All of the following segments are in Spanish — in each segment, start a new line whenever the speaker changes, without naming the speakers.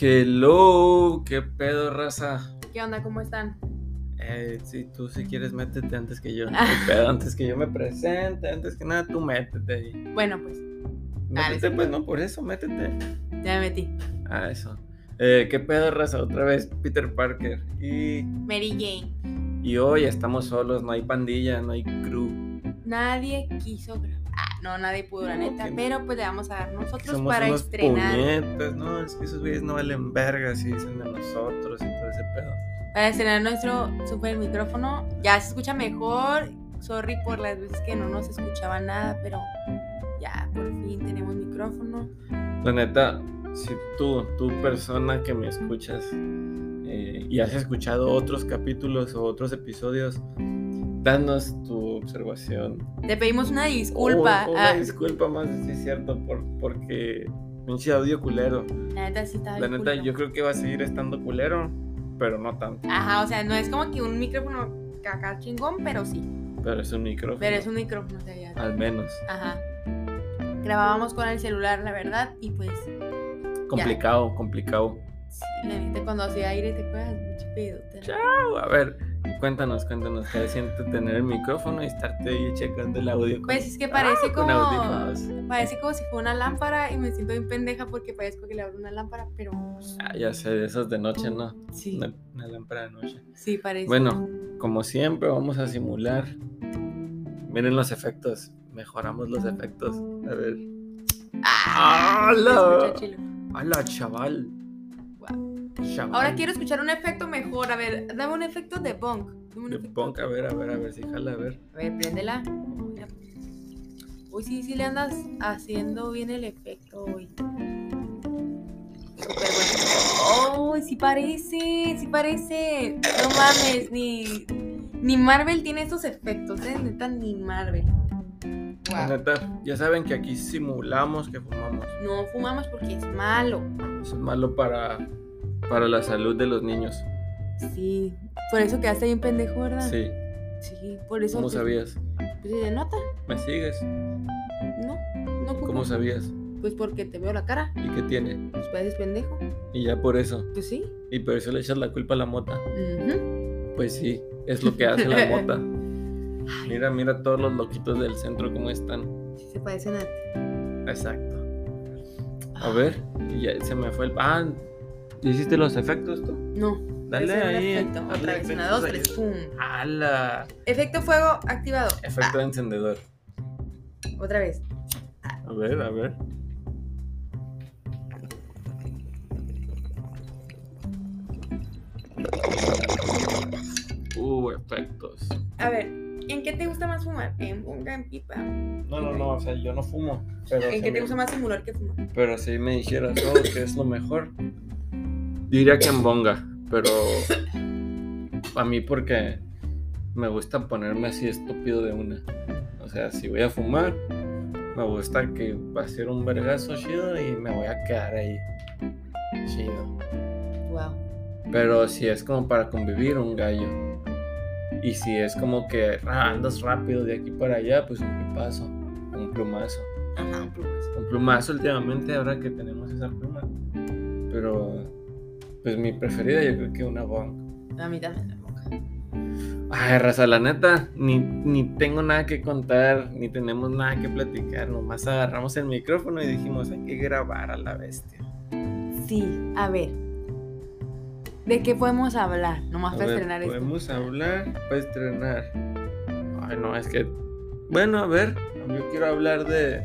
Hello, qué pedo, raza.
¿Qué onda? ¿Cómo están?
Eh, si tú si quieres, métete antes que yo. Qué pedo, antes que yo me presente, antes que nada, tú métete ahí.
Bueno, pues Dale,
Métete,
sí.
pues no, por eso, métete.
ya me metí.
Ah, eso. Eh, qué pedo, raza, otra vez, Peter Parker. Y,
Mary Jane.
y hoy estamos solos, no hay pandilla, no hay crew.
Nadie quiso grabar. Ah, no, nadie pudo, la
No,
neta.
que no.
Pero pues le vamos a dar nosotros
Somos
para
unos
estrenar.
puñetas, no, es que esos güeyes no valen verga si dicen de nosotros y todo ese pedo.
Para estrenar nuestro super micrófono. Ya se escucha mejor. Sorry por las veces que no nos escuchaba nada, pero ya por fin tenemos micrófono.
La neta, si tú, tú persona que me escuchas eh, y has escuchado otros capítulos o otros episodios, danos tu observación.
Te pedimos una disculpa.
O- o Oh, una
Ah,
disculpa más, sí es cierto, por, porque pinche audio culero.
la neta sí estaba
La
bien
neta,
culero.
yo creo que va a seguir estando culero, pero no tanto.
Ajá, o sea, no es como que un micrófono caca chingón, pero sí.
Pero es un micrófono.
Pero es un micrófono, o sea, ya.
Al menos.
Ajá. Grabábamos con el celular, la verdad, y pues,
Complicado, complicado.
sí, la neta, cuando hacía aire, te acuerdas, mucho pedo. te-
Ya. Uh, A ver, cuéntanos, cuéntanos, ¿qué siente tener el micrófono y estarte ahí checando el audio? con-
Pues es que parece
Ah, con
como.
audífonos?
Parece como si fuera una lámpara y me siento bien pendeja porque parezco que le abro una lámpara, pero. pues,
Ah, ya sé, de esas de noche, ¿no?
Sí,
Una, una lámpara de noche.
sí, parece.
Bueno, como siempre, vamos a simular. Miren los efectos. Mejoramos los efectos. A ver.
¡Ah! Se
¡Hala!
escucha chilo.
¡Hala, chaval! Chaval.
Ahora quiero escuchar un efecto mejor. A ver, dame un efecto de bonk. Dame un
De
efecto.
punk, a ver, a ver, a ver, si jala, a ver.
A ver, préndela. Mira. Uy, sí, sí le andas haciendo bien el efecto hoy. Súper bueno. Uy, sí parece, sí parece. No mames, ni, ni Marvel tiene estos efectos, ¿eh? Neta, ni Marvel.
La
Guau.
neta, ya saben que aquí simulamos que fumamos.
No fumamos porque es malo.
Eso es malo para, para la salud de los niños.
Sí. Por eso quedaste bien pendejo, ¿verdad?
Sí,
Ah, Sí, por eso.
¿cómo
pues,
sabías?
Pues se nota,
¿Me sigues?
¿no? No ocupo.
¿Cómo sabías?
Pues porque te veo la cara.
¿Y qué tiene?
Pues pareces pendejo.
Y ya por eso.
Pues sí.
Y por eso le echas la culpa a la mota.
Ujú.
Pues sí, es lo que hace la mota. Mira, mira todos los loquitos del centro cómo están.
Sí, se parecen a ti.
Exacto. A ver, y ya se me fue el. Ah, ¿hiciste los efectos tú?
No.
Dale
ese era un
ahí.
efecto.
dale
Otra vez. Una,
efectos
dos,
ahí.
tres. Pum.
¡Hala!
Efecto fuego activado.
Efecto encendedor.
Otra vez.
A ver, a ver. Uh, efectos.
A ver, ¿en qué te gusta más fumar? ¿En bunga, en pipa?
No, no, no, o sea, yo no fumo. Pero se
¿En qué
me-
te gusta más simular que fumar?
Pero si me dijeras todo que es lo mejor, diría que en bonga, pero a mí porque me gusta ponerme así estúpido de una. O sea, si voy a fumar, me gusta que va a ser un vergazo chido y me voy a quedar ahí. Chido.
Wow.
Pero si es como para convivir, un gallo. Y si es como que ah, andas rápido de aquí para allá, pues un pipazo, un plumazo
Ajá, plumas.
un plumazo últimamente ahora que tenemos esa pluma. Pero pues mi preferida yo creo que una bong.
A mí también la bunga.
Ay, raza, la neta, ni, ni tengo nada que contar, ni tenemos nada que platicar, nomás agarramos el micrófono y dijimos, hay que grabar a la bestia.
Sí, a ver. ¿De qué podemos hablar? Nomás
A
para
ver,
estrenar esto.
podemos hablar para estrenar. Ay, no, es que... Bueno, a ver, yo quiero hablar de...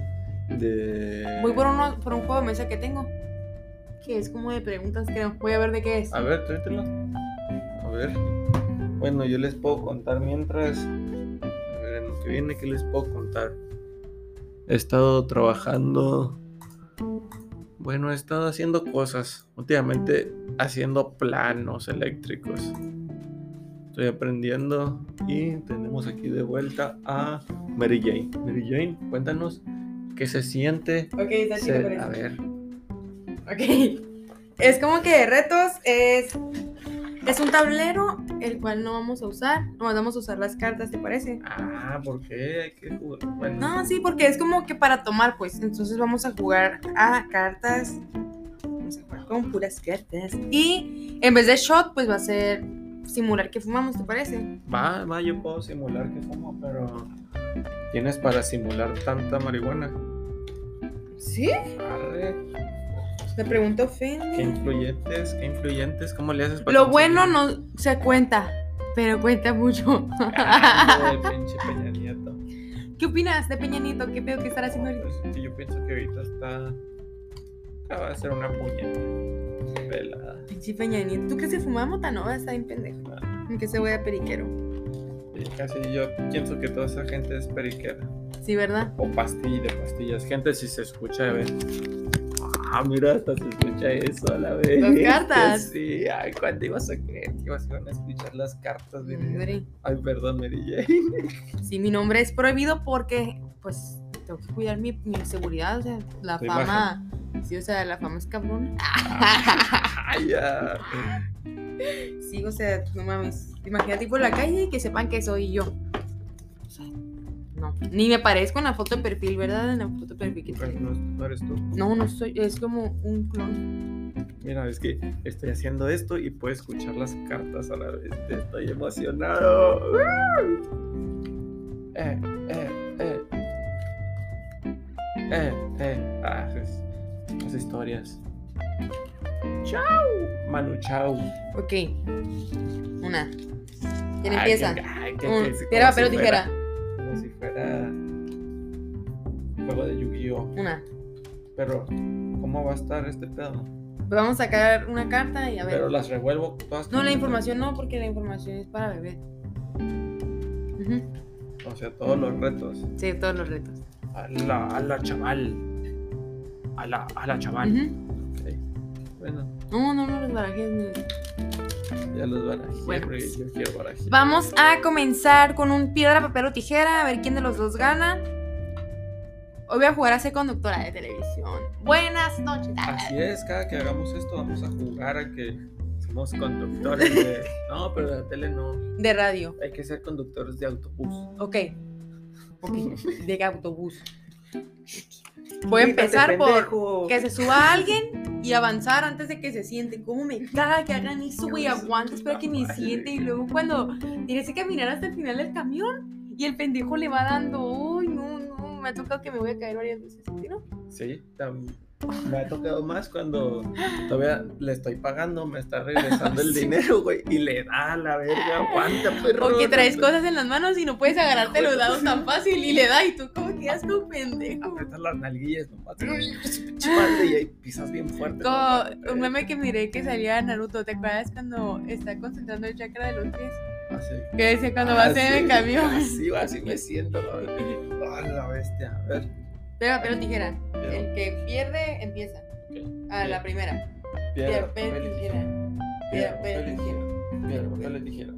de...
Voy por, uno, por un juego de mesa que tengo. Que es como de preguntas, creo. Voy a ver de qué es.
A ver, tráetelo. A ver. Bueno, yo les puedo contar mientras. A ver, en lo que viene, ¿qué les puedo contar? He estado trabajando. Bueno, he estado haciendo cosas. Últimamente haciendo planos eléctricos. Estoy aprendiendo. Y tenemos aquí de vuelta a Mary Jane. Mary Jane, cuéntanos qué se siente.
Ok, está chido,
ser-
parece.
a ver.
Ok. Es como que retos es. Es un tablero el cual no vamos a usar. Nomás vamos a usar las cartas, ¿te parece?
Ah, ¿por qué? Hay que jugar. Bueno.
No, sí, porque es como que para tomar, pues. Entonces vamos a jugar a cartas. Vamos a jugar con puras cartas. Y en vez de shot, pues va a ser simular que fumamos, ¿te parece?
Va, va, yo puedo simular que fumo, pero. ¿Tienes para simular tanta marihuana?
Sí.
Arre,
La pregunta
qué
ofende.
influyentes, qué influyentes, ¿cómo le haces para
Lo bueno
conseguir?
no se cuenta, pero cuenta mucho.
Ah, hijo de pinche Peña Nieto.
¿Qué opinas de Peña Nieto? ¿Qué pedo que estar haciendo ahorita?
Pues, yo pienso que ahorita está. Acaba de ser una puñeta. Pelada.
Pinche Peña Nieto. ¿Tú crees que fumaba mota? No, está bien pendejo. Que se voy a periquero.
Y casi yo pienso que toda esa gente es periquera.
Sí, ¿verdad?
O pastilla de pastillas. Gente, si se escucha, a ver. Ah, mira, hasta se escucha eso a la vez.
Las cartas.
Sí, ay, ¿cuándo ibas a creer que ibas a escuchar las cartas? Mary Jane?
Hombre.
Ay, perdón, Mary Jane.
Sí, mi nombre es prohibido porque, pues, tengo que cuidar mi, mi seguridad. O sea, la
Tu
fama. Sí, o sea, la fama es cabrón.
Ay, ya.
Sí, o sea, no mames. Imagínate ir por la calle y que sepan que soy yo. O sea, no. Ni me parezco en la foto de perfil, ¿verdad? En la foto de perfil que
Pero
tengo.
no, no eres tú.
No, no soy. Es como un clon.
Mira, es que estoy haciendo esto y puedo escuchar las cartas a la vez. Estoy emocionado. Eh, eh, eh. Eh, eh. Ah, es- las historias. Chao. Manu, chao.
Ok. Una. ¿Quién
Ay,
empieza?
que- ay, que-
Un-
que- como
Piedra,
si
papel
fuera-
o tijera.
Como si fuera juego de Yu-Gi-Oh.
Una.
Pero, ¿cómo va a estar este pedo?
Pues vamos a sacar una carta y a ver.
Pero las revuelvo todas.
No, la
juntas.
información no, porque la información es para bebé. Ujú.
O sea, todos los retos.
Sí, todos los retos.
A la, a la chaval. A la, a la chaval.
Ujú.
Bueno,
No, no, no los barajes. ni-
ya los barajé.
Bueno,
porque
pues.
yo quiero barajar.
Vamos a comenzar con un piedra, papel o tijera, a ver quién de los dos gana. Hoy voy a jugar a ser conductora de televisión. Buenas noches.
Así es, cada que hagamos esto vamos a jugar a que somos conductores de. No, pero de la tele no.
De radio.
Hay que ser conductores de autobús.
Ok. Ok. De autobús. Voy a empezar por Que se suba alguien y avanzar antes de que se sienten. ¿Cómo me caga que hagan eso, güey? Aguanta, espera que me siente. Y luego cuando tienes que caminar hasta el final del camión y el pendejo le va dando. Uy, no, no. Me ha tocado que me voy a caer varias veces. ¿sí, no?
Sí, tam- me ha tocado más cuando todavía le estoy pagando, me está regresando el
Sí.
dinero, güey, y le da a la verga, aguanta, perro.
Porque traes
no te-
cosas en las manos y no puedes agarrarte los lados tan fácil y le da y tú como quedas como pendejo.
Apretas las nalguillas nomás, pinche madre, y ahí pisas bien fuerte.
Mm. Como
¿no?
un meme que miré que salía Naruto, ¿te acuerdas cuando está concentrando el chakra de los pies?
Así.
Que decía cuando
Ah,
vas en
sí,
el camión.
Así, así me siento, la bestia. Ah, la bestia. A ver,
Pero, pero tijera.
piedra,
El que pierde empieza.
Ok.
A la primera.
piedra,
Piedra,
papel,
papel,
tijera.
Piedra,
Piedra,
papel,
papel, tijera. Piedra, papel, tijera.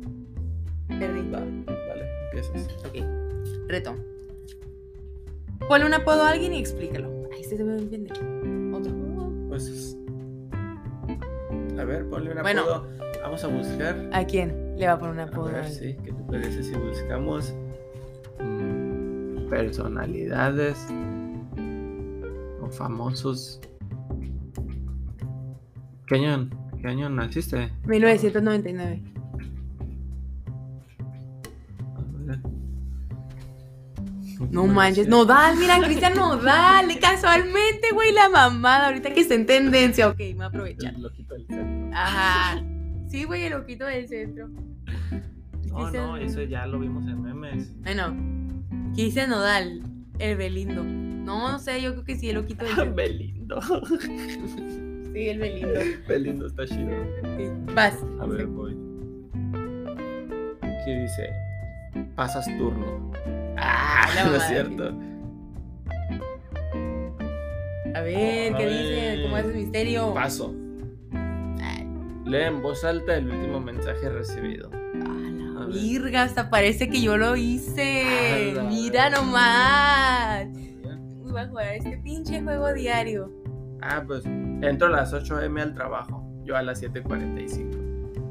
Perdí.
Va, dale, empiezas.
Ok. Reto. Ponle un apodo a alguien y explícalo. Ay, este se me entiende. Otro.
Pues. A ver, ponle un
Bueno.
apodo. Vamos a buscar.
¿A quién le va a poner un
A
apodo? a
ver,
alguien?
sí, ¿qué te parece si buscamos mm, personalidades o famosos? ¿Qué año, qué año naciste?
1999.
A ver.
No manches. Nodal, mira, Cristian Nodal. Casualmente, güey, la mamada. Ahorita que está en tendencia. Ok, me voy a aprovechar.
El loquito del centro.
Ajá. Sí, güey, el loquito del centro.
No,
Cristian-
no, eso ya lo vimos en memes.
Bueno, Cristian Nodal, el Belindo. No, no sé, yo creo que sí, el loquito del centro.
Belindo.
Sí, el Belindo.
Belindo está chido.
Sí, Vas.
A ver, voy. Aquí dice, pasas turno. Ah,
La
no es
mamada.
cierto.
A ver, ¿qué
A
dice?
ver.
¿Cómo es el misterio?
Paso.
Ay,
Lee en voz alta el último mensaje recibido.
a la
A ver.
virga, hasta parece que yo lo hice.
A la
Mira
verga.
nomás. Uy, Voy a jugar este pinche juego diario.
Ah, pues entro a las 8 am al trabajo. Yo a las 7.45.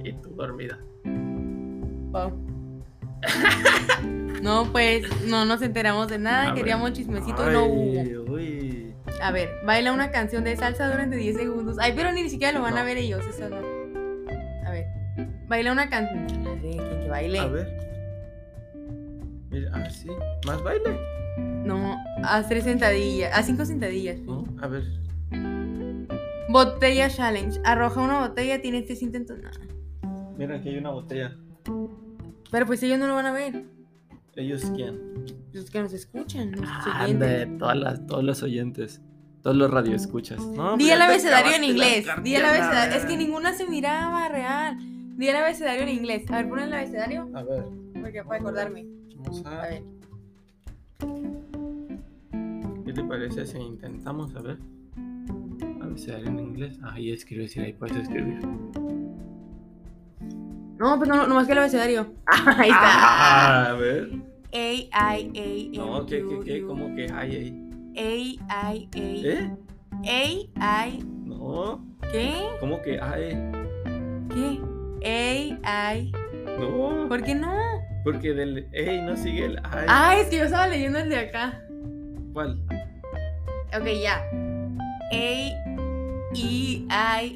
Y tú dormida.
Wow. No, pues, no nos enteramos de nada.
A ver.
Queríamos chismecito,
Ay,
no hubo.
Uy.
A ver, baila una canción de salsa durante 10 segundos. Ay, pero ni siquiera lo van a
No.
ver ellos, eso no. A ver, baila una canción. Que, que baile.
A ver. Mira, ah, sí. ¿Más baile?
No, haz tres sentadillas, haz cinco sentadillas.
No, a ver.
Botella challenge. Arroja una botella, tiene este intento. No.
Mira, aquí hay una botella.
Pero pues ellos no lo van a ver.
¿Ellos quién?
Los que nos escuchan. Los
Ande,
oyentes.
todas las, todos los oyentes. Todos los radioescuchas. No, pues
Di el
ya te
abecedario en
acabaste la
inglés. Di el
cartilla,
abecedario. Es
eh.
que ninguna se miraba real. Di el abecedario en inglés. A ver, pon el abecedario.
A ver,
Porque para acordarme.
vamos
A
a.
ver.
¿Qué te parece si intentamos? A ver. Abecedario en inglés. Ahí escribe, si ahí puedes escribir.
No, pues no, nomás que el abecedario. Ahí está.
Ah, a ver.
A, I, A, M,
No, que, que, que,
U, U.
como que hay ahí.
A, I, A.
¿Eh?
A, I.
No,
¿Qué?
como que hay.
¿Qué? A, I.
No,
¿Por qué no?
porque del ey no sigue el ay.
Ah, es que yo estaba leyendo el de acá.
¿Cuál?
Ok, ya. A, E, I,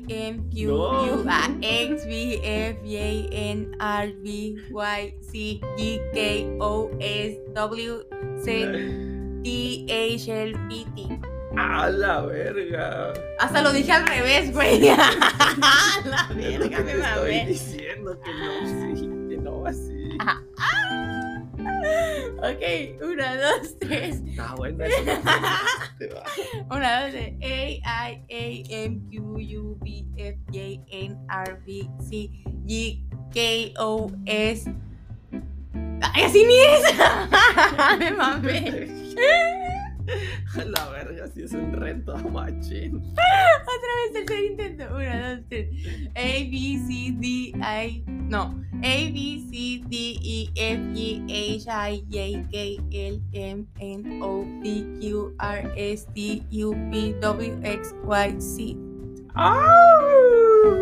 M, Q,
No.
U, A, X, B, F, Y, N, R, B, Y, C, G, K, O, S, W, C, D, H, L, B, T.
A la verga.
Hasta lo dije al revés, güey. La
Es lo
verga,
que te
me
estoy
mamé. Ah,
diciendo que no, sí, que no así.
Ok, una, dos, tres.
Está Ah, bueno eso. Te va.
Una, dos, tres. A, I, A, M, Q, U, B, F, J, N, R, B, C, G, K, O, S. ¡Ay, así ni es! Me mamé.
A la verga, sí es un reto, machín.
Tercer intento. Una, dos, tres. A, B, C, D, I. No. A, B, C, D, E, F, G, H, I, J, K, L, M, N, O, P, Q, R, S, T, U, P, W, X, Y, Z.
¡Ah!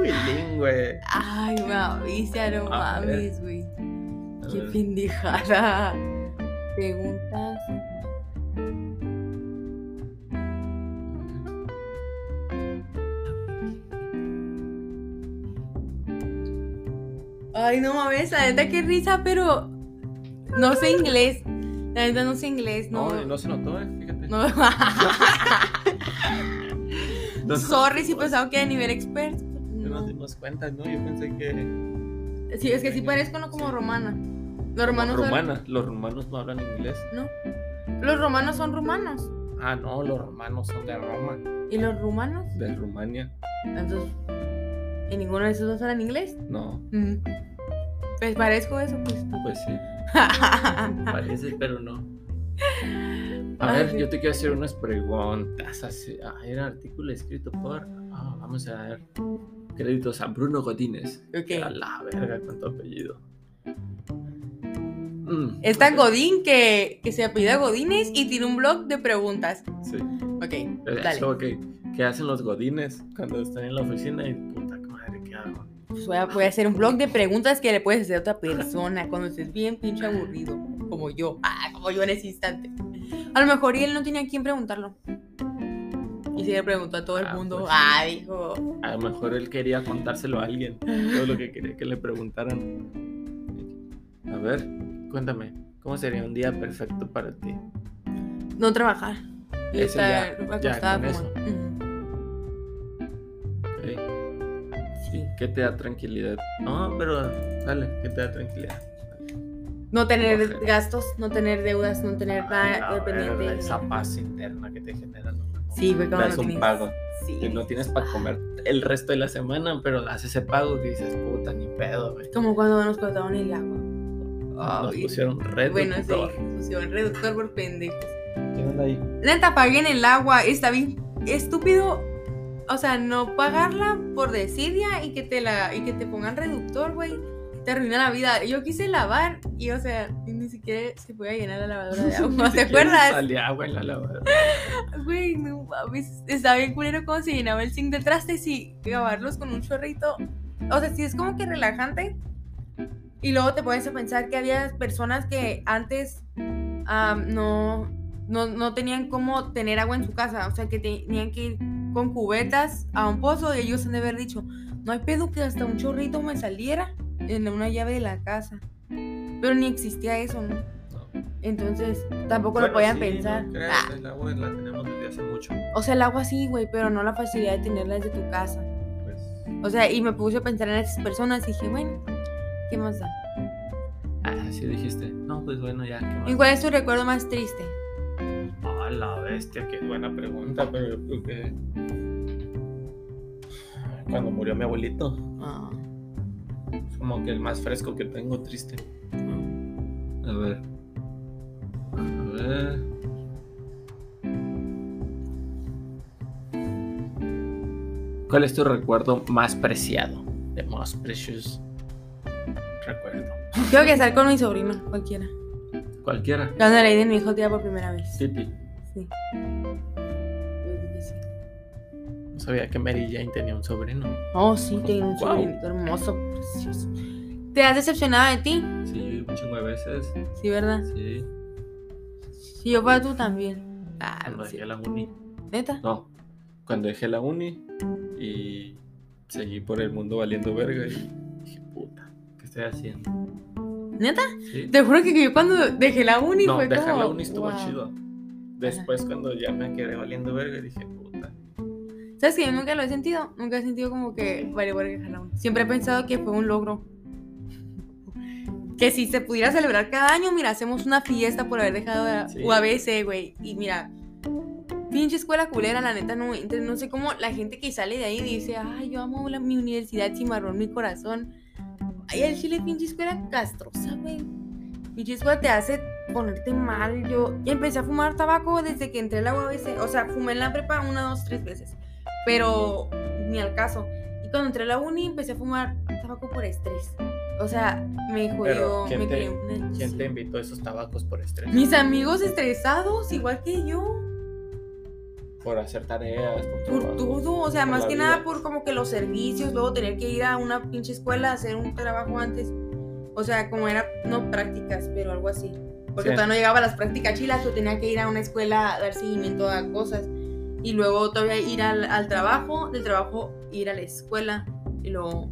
Bilingüe.
Ay, wow. Hice no
A ver.
mames, güey.
A
Qué
ver.
pendejada. Preguntas. Ay, no mames, la neta qué risa, pero no sé inglés. La neta no sé inglés, no.
No, no se notó, eh, fíjate.
no.
No, no.
Sorry si pensaba que a nivel expert.
No
No.
nos dimos cuenta, ¿no? Yo pensé que.
Sí, es que sí parezco no como
Sí.
romana. Los romanos son-
Rumana. Los romanos no hablan inglés.
No. Los romanos son rumanos.
Ah, no, los romanos son de Roma,
¿Y los rumanos?
de Rumania.
Entonces, ¿en ninguno de esos dos hablan inglés?
No,
Pues parezco eso, pues.
pues sí, parece, pero no. A
Ah. Ay,
ver,
sí.
yo te quiero hacer unas preguntas. así- Ah, era artículo escrito por. ah, vamos a ver. Créditos a Bruno Godínez. A
ok.
la verga con tu apellido. Mm,
Es tan Godín que, que se apellida Godínez y tiene un blog de preguntas.
Sí.
Ok, dale.
Pues, Eso que, que hacen los Godines cuando están en la oficina y puta madre, ¿qué hago?
Pues voy, a, voy a hacer un blog de preguntas que le puedes hacer a otra persona cuando estés bien pinche aburrido, como yo. Ah, como yo en ese instante. A lo mejor y él no tenía a quién preguntarlo. Y se le preguntó a todo el
Ah,
mundo.
pues sí.
ah, dijo.
A lo mejor él quería contárselo a alguien. Todo lo que quería que le preguntaran. A ver, cuéntame, ¿cómo sería un día perfecto para ti?
No trabajar. Y
Eso ya,
estar
ya,
acostada
con
como- Ujú.
Ok,
Sí.
¿Qué te da tranquilidad? No, pero dale, ¿qué te da tranquilidad?
No tener
Ojalá.
gastos, no tener deudas, no tener nada
Ay, la
Eh, dependiente.
verga, esa paz interna que te genera. ¿no?
Sí, güey, cuando
Das
no
un
tienes-
pago.
Sí.
Y no tienes para comer el resto de la semana, pero das ese pago que dices, puta, ni pedo, güey.
Como cuando nos cortaron el agua.
Nos
Ay.
Ah, pusieron red.
Bueno, sí,
doctor.
fusión reductor por pendejos.
¿Qué onda ahí?
Neta, paguen el agua. Está bien estúpido. O sea, no pagarla por desidia y que te la y que te pongan reductor, güey. Te arruina la vida. Yo quise lavar y, o sea, ni siquiera se podía llenar la lavadora de agua.
Ni
¿Te
siquiera
acuerdas?
Salía agua en la lavadora.
Güey, no mames. Está bien culero cómo se llenaba el zinc de trastes y grabarlos con un chorrito. O sea, sí es como que relajante. Y luego te pones a pensar que había personas que antes am, no, no, no tenían cómo tener agua en su casa, o sea que tenían que ir con cubetas a un pozo y ellos han de haber dicho, no hay pedo que hasta un chorrito me saliera en una llave de la casa. Pero ni existía eso, ¿no?
No.
Entonces tampoco
Bueno,
lo podían
sí,
pensar.
no creas,
Ah,
El agua la tenemos desde hace mucho.
o sea, el agua sí, güey, pero no la facilidad de tenerla desde tu casa.
Pues,
O sea, y me puse a pensar en esas personas y dije, bueno, ¿qué más da?
ah, sí dijiste. No, pues bueno, ya. ¿qué más?
¿Y cuál es tu recuerdo más triste?
A la bestia, qué buena pregunta, pero yo creo que. Cuando murió mi abuelito,
Ah,
es como que el más fresco que tengo, triste.
ah.
A ver. A ver. ¿Cuál es tu recuerdo más preciado? The most precious recuerdo.
Tengo que estar con mi sobrino, cualquiera.
Cualquiera.
Cuando le di mi hijo tía por primera vez.
Titi.
Sí. Yo creo que sí.
No sabía que Mary Jane tenía un sobrino.
Oh, sí, tengo un
Wow.
sobrinito hermoso, precioso. ¿Te has decepcionado de ti?
Sí, un chingo de veces.
Sí, ¿verdad?
Sí.
Sí, yo para tú también. Ah,
Cuando
no es
dejé
cierto.
la uni.
¿Neta?
No. Cuando dejé la uni y seguí por el mundo valiendo verga y dije, puta, ¿qué estoy haciendo?
¿Neta?
Sí.
Te juro que yo cuando dejé la uni
No,
fue
dejar
como...
la uni estuvo
wow.
chido. Después cuando ya me quedé valiendo verga dije, puta.
¿Sabes que yo nunca lo he sentido? Nunca he sentido como que vale por dejar la uni. Siempre he pensado que fue un logro. Que si se pudiera celebrar cada año, mira, hacemos una fiesta por haber dejado la
Sí.
UABC, güey. Y mira, pinche escuela culera, la neta no entra. No sé cómo la gente que sale de ahí dice, ay, yo amo la- mi universidad, cimarrón, mi corazón. Ay, el chile, pinche escuela castrosa, güey. Pinche escuela te hace ponerte mal. Yo ya empecé a fumar tabaco desde que entré a la UABC. O sea, fumé en la prepa una, dos, tres veces. Pero ni al caso. Y cuando entré a la uni empecé a fumar tabaco por estrés. O sea, me jodió,
¿quién
me
te-
creé una
¿Quién te
adicción.
invitó esos tabacos por estrés?
Mis amigos estresados, igual que yo.
Por hacer tareas, por,
Por
trabajo,
todo, o sea,
por
más
la
que
vida.
nada por como que los servicios, luego tener que ir a una pinche escuela a hacer un trabajo antes. O sea, como era, no prácticas, pero algo así. Porque
Sí.
todavía no llegaba a las prácticas chilas, yo tenía que ir a una escuela a dar seguimiento a cosas. Y luego todavía ir al, al trabajo, del trabajo ir a la escuela. Y luego,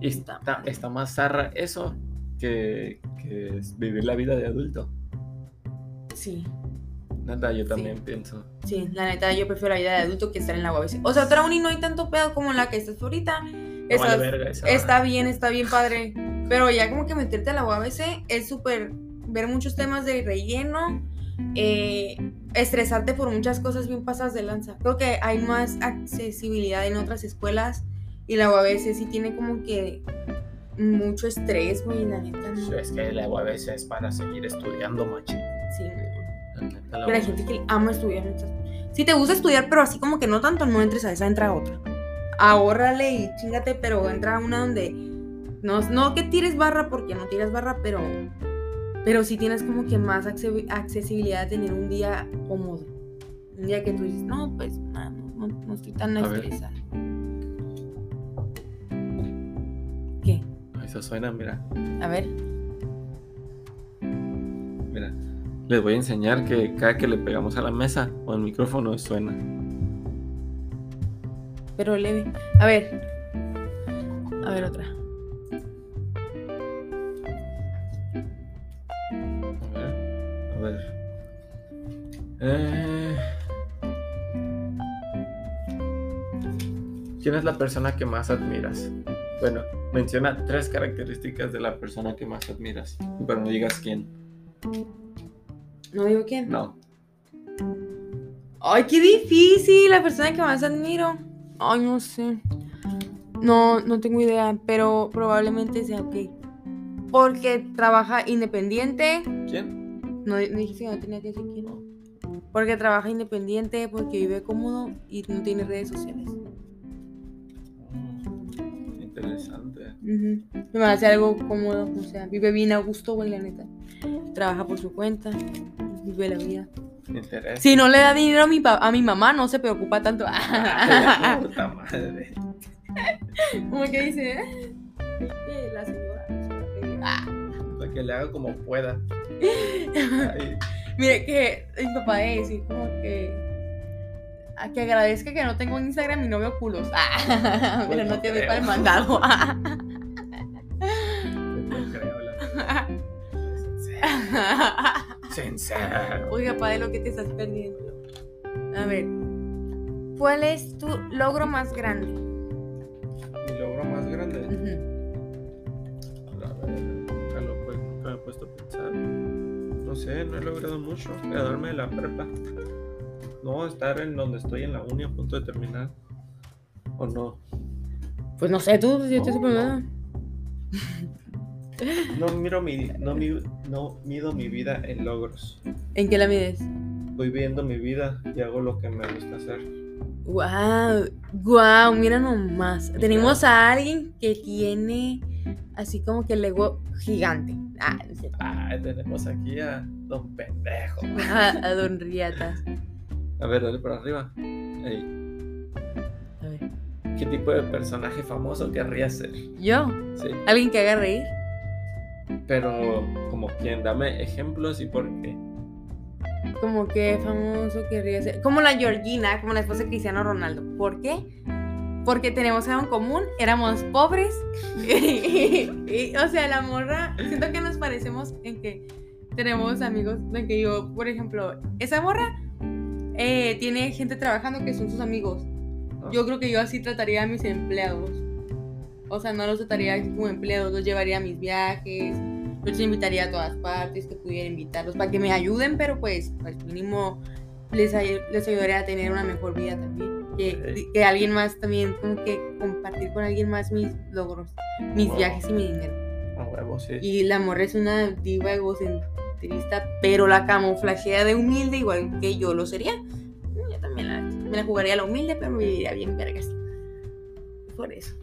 Y está, está más zarra eso que, que es vivir la vida de adulto.
sí,
Nada, yo también
Sí.
pienso.
sí, la neta, yo prefiero la vida de adulto que estar en la UABC. O sea, otra uni no hay tanto pedo como la que estás tú ahorita.
No
Estás-
vale verga esa
Está bien, está bien padre. Pero ya como que meterte a la UABC es súper ver muchos temas de relleno, eh, estresarte por muchas cosas bien pasadas de lanza. Creo que hay más accesibilidad en otras escuelas y la UABC sí tiene como que mucho estrés, güey, la neta. ¿no?
barra. Es que la UABC es para seguir estudiando, machi.
Sí, no.
La neta, la
pero hay
UABC.
gente que ama estudiar. neta. Si te gusta estudiar, pero así como que no tanto, no entres a esa, entra a otra. Ahórrale y chingate, pero entra a una donde. No, no que tires barra porque no tiras barra, pero. Pero sí tienes como que más acce- accesibilidad a tener un día cómodo. Un día que tú dices, no, pues nada, no, no, no estoy tan
A ver.
estresada. ¿Qué?
Eso suena, mira.
A ver.
Mira. Les voy a enseñar que cada que le pegamos a la mesa o al micrófono suena.
pero leve. A ver. A ver otra.
A ver. A ver. Eh, ¿Quién es la persona que más admiras? Bueno, menciona tres características de la persona que más admiras, pero no digas quién.
No digo quién.
No.
Ay, qué difícil, la persona que más admiro. Ay, no sé. No, no tengo idea, pero probablemente sea ok. Porque trabaja independiente.
¿Quién?
No, no dijiste que no tenía que decir quién. Porque trabaja independiente, porque vive cómodo y no tiene redes sociales.
Mm, Interesante.
Ujú. Me va a hacer algo cómodo, o sea, vive bien a gusto, güey, la neta. Trabaja por su cuenta, vive la vida.
Interesante.
Si no le da dinero a mi, pa- a mi mamá, no se preocupa tanto.
Ah, la puta madre.
Como que dice, "Eh, eh, la señora.
Para que le haga como pueda.
eh".
Ay,
Mire, que mi papá debe decir como que. A que agradezca que no tengo Instagram y no veo culos. Ah,
Pues
pero
no
no te doy
creo.
para el mandado. Ah.
No creo, la Sincero.
Oiga, padre, lo que te estás perdiendo. A ver. ¿Cuál es tu logro más grande?
Mi logro más grande. A ver, nunca lo he- nunca me he puesto a pensar. No sé, no he logrado mucho. Graduarme de la prepa. No, estar en donde estoy en la uni a punto de terminar. ¿O no?
Pues no sé, tú,
yo estoy supermanada. No miro mi, no, mi- no mido mi vida en logros.
¿En qué la mides?
Voy viendo mi vida y hago lo que me gusta hacer.
Wow, wow, mira nomás.
Mira.
Tenemos a alguien que tiene así como que el ego gigante. Ah, no es cierto.
Ah, tenemos aquí a Don Pendejo.
a, a Don Riatas.
A ver, dale para arriba. Ey,
A ver.
¿Qué tipo de personaje famoso querría ser?
Yo,
Sí,
alguien que haga reír.
pero como quien, dame ejemplos y por qué.
Como que famoso querría ser. Como la Georgina, como la esposa de Cristiano Ronaldo. ¿Por qué? Porque tenemos algo en común, éramos pobres. Y- y- o sea, la morra, siento que nos parecemos en que tenemos amigos. En que yo, por ejemplo, esa morra eh, tiene gente trabajando que son sus amigos. Yo creo que yo así trataría a mis empleados. O sea, no los trataría así como empleados, los llevaría a mis viajes, los invitaría a todas partes que pudiera invitarlos para que me ayuden, pero pues al mínimo les, ay- les ayudaría a tener una mejor vida también. Que,
Ok.
que alguien más también, como que compartir con alguien más mis logros, mis
Wow.
viajes y mi dinero.
A huevo, sí.
Y la morra es una diva egocentrista, pero la camuflajea de humilde, igual que yo lo sería. Mm, Yo también la, me la jugaría a la humilde, pero viviría bien vergas. Por eso.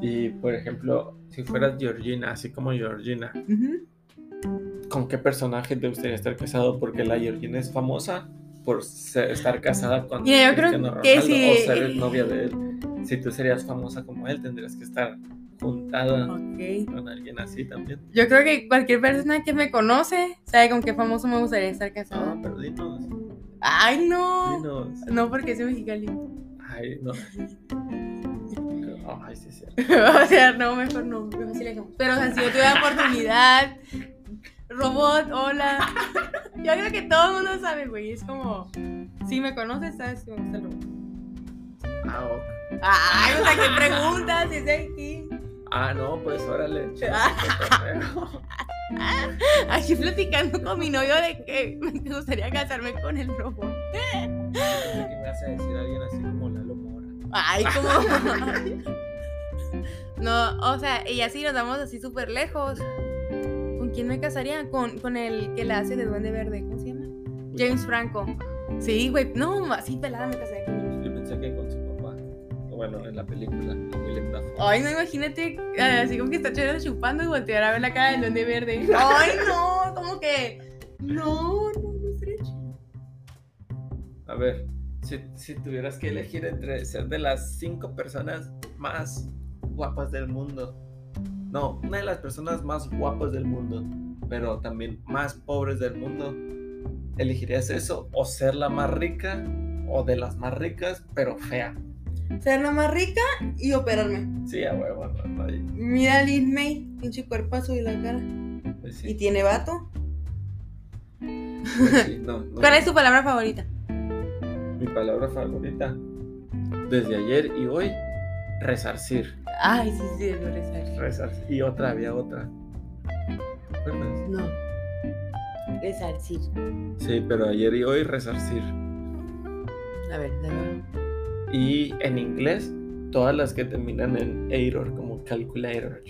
Y por ejemplo, si fueras Georgina, así como Georgina,
Ujú.
¿con qué personaje te gustaría estar casado? Porque la Georgina es famosa por se- estar casada con
Mira, yo creo
Cristiano
que
Ronaldo
si-
o ser novia de él. Si tú serías famosa como él, tendrías que estar juntada
Ok.
con alguien así también.
Yo creo que cualquier persona que me conoce sabe con qué famoso me gustaría estar
Ah,
casada.
pero dinos,
Ay, no.
dinos.
No, porque soy mexicano.
Ay, no. Ay, sí, sí.
o sea, no, mejor no. Mejor sí le dejamos. Pero o sea, si yo tuve la oportunidad, robot, hola. Yo creo que todo el mundo sabe, güey. Es como, si me conoces, sabes que me gusta el robot.
Ah, ok.
Ay, o sea, ¿qué preguntas? Si es de aquí.
Ah, no, pues órale.
Aquí platicando con mi novio de que me gustaría casarme con el robot.
¿Qué me hace decir alguien así como Lalo Mora?
Ay, como. no, o sea, y así nos vamos así súper lejos. ¿Con quién me casaría? Con, con el que la hace de Duende Verde. ¿Cómo se llama? James Franco. Sí, güey. No, ma- sí, pelada me casaría con él.
Yo pensé que con su papá. O Bueno, en la película, con Willem Dafoe.
Ay, no, imagínate, eh, así como que está chévere chupando y voltear a ver la cara del Duende Verde. Ay, no, como que. No, no, no estaría chido.
A ver, si, si tuvieras que elegir entre ser de las cinco personas más guapas del mundo. No, una de las personas más guapas del mundo, pero también más pobres del mundo. ¿Elegirías eso? ¿O ser la más rica? ¿O de las más ricas, pero fea?
Ser la más rica y operarme.
Sí, a huevo, no, no hay-
Mira a Lin May, pinche cuerpazo y la cara.
pues
Y
sí,
tiene vato.
pues sí, no, no.
¿Cuál es tu palabra favorita?
Mi palabra favorita desde ayer y hoy, resarcir.
Ay, sí, sí, es rezar.
Rezar. Y otra, había otra. ¿Recuerdas?
No. Rezar, sí.
Sí, pero ayer y hoy resarcir.
A ver, dame.
Y en inglés, todas las que terminan en error, como calculator,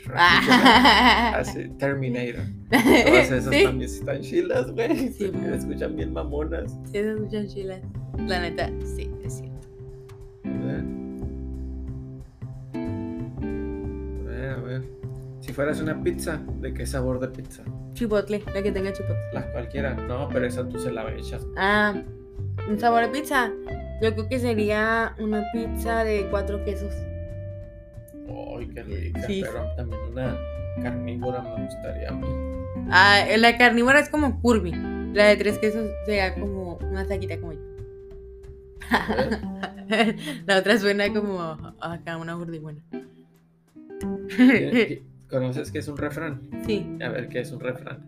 Ah.
así, terminator. Todas esas
Sí,
también están chilas, güey.
Sí,
Se
mo.
escuchan bien mamonas.
sí, se escuchan chilas. La neta, sí, es cierto.
¿verdad? A ver, a ver. Si fueras una pizza, ¿de qué sabor de pizza?
Chipotle, la que tenga chipotle.
La cualquiera. No, pero esa tú se la echas.
Ah, un sabor de pizza. Yo creo que sería una pizza de cuatro quesos.
Ay, qué rica.
Sí.
Pero también una carnívora me gustaría a mí.
Ah, la carnívora es como curvy. La de tres quesos sea como una taquita como yo. la otra suena como acá una buena
¿Conoces qué es un refrán?
Sí.
A ver, ¿qué es un refrán?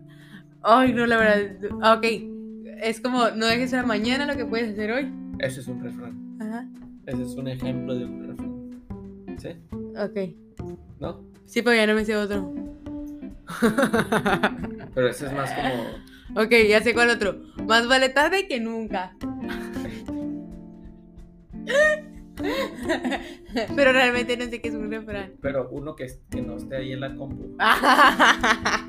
Ay, no, la verdad. Ah, Ok. Es como, no dejes para mañana lo que puedes hacer hoy.
Ese es un refrán.
Ajá.
Ese es un ejemplo de un refrán. ¿Sí?
Ok.
¿No?
Sí, pero ya no me sé otro.
Pero ese es más como...
ok, ya sé cuál otro. Más vale tarde que nunca. pero realmente no sé qué es un refrán.
Pero uno que, que no esté ahí en la compu.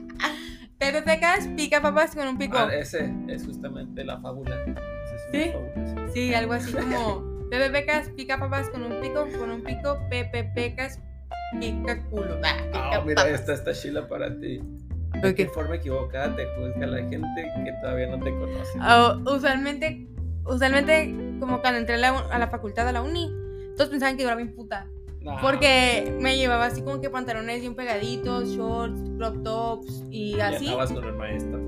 Te secas, pica papas con un pico.
Ah, ese es justamente la fábula. Ese es
¿Sí?
una fábula, sí.
Sí, algo así como Pepe Pecas pica papas con un pico, con un pico, Pepe Pecas pica culo. Ah,
Ah,
pica
mira,
papas.
esta está chila para ti. ¿De
Ok.
qué forma equivocada te juzga la gente que todavía no te conoce?
Ah, usualmente, usualmente, como cuando entré a la, a la facultad, a la uni, todos pensaban que yo era bien puta.
Nah.
Porque me llevaba así como que pantalones bien pegaditos, shorts, crop tops y
Y
así.
andabas con el maestro.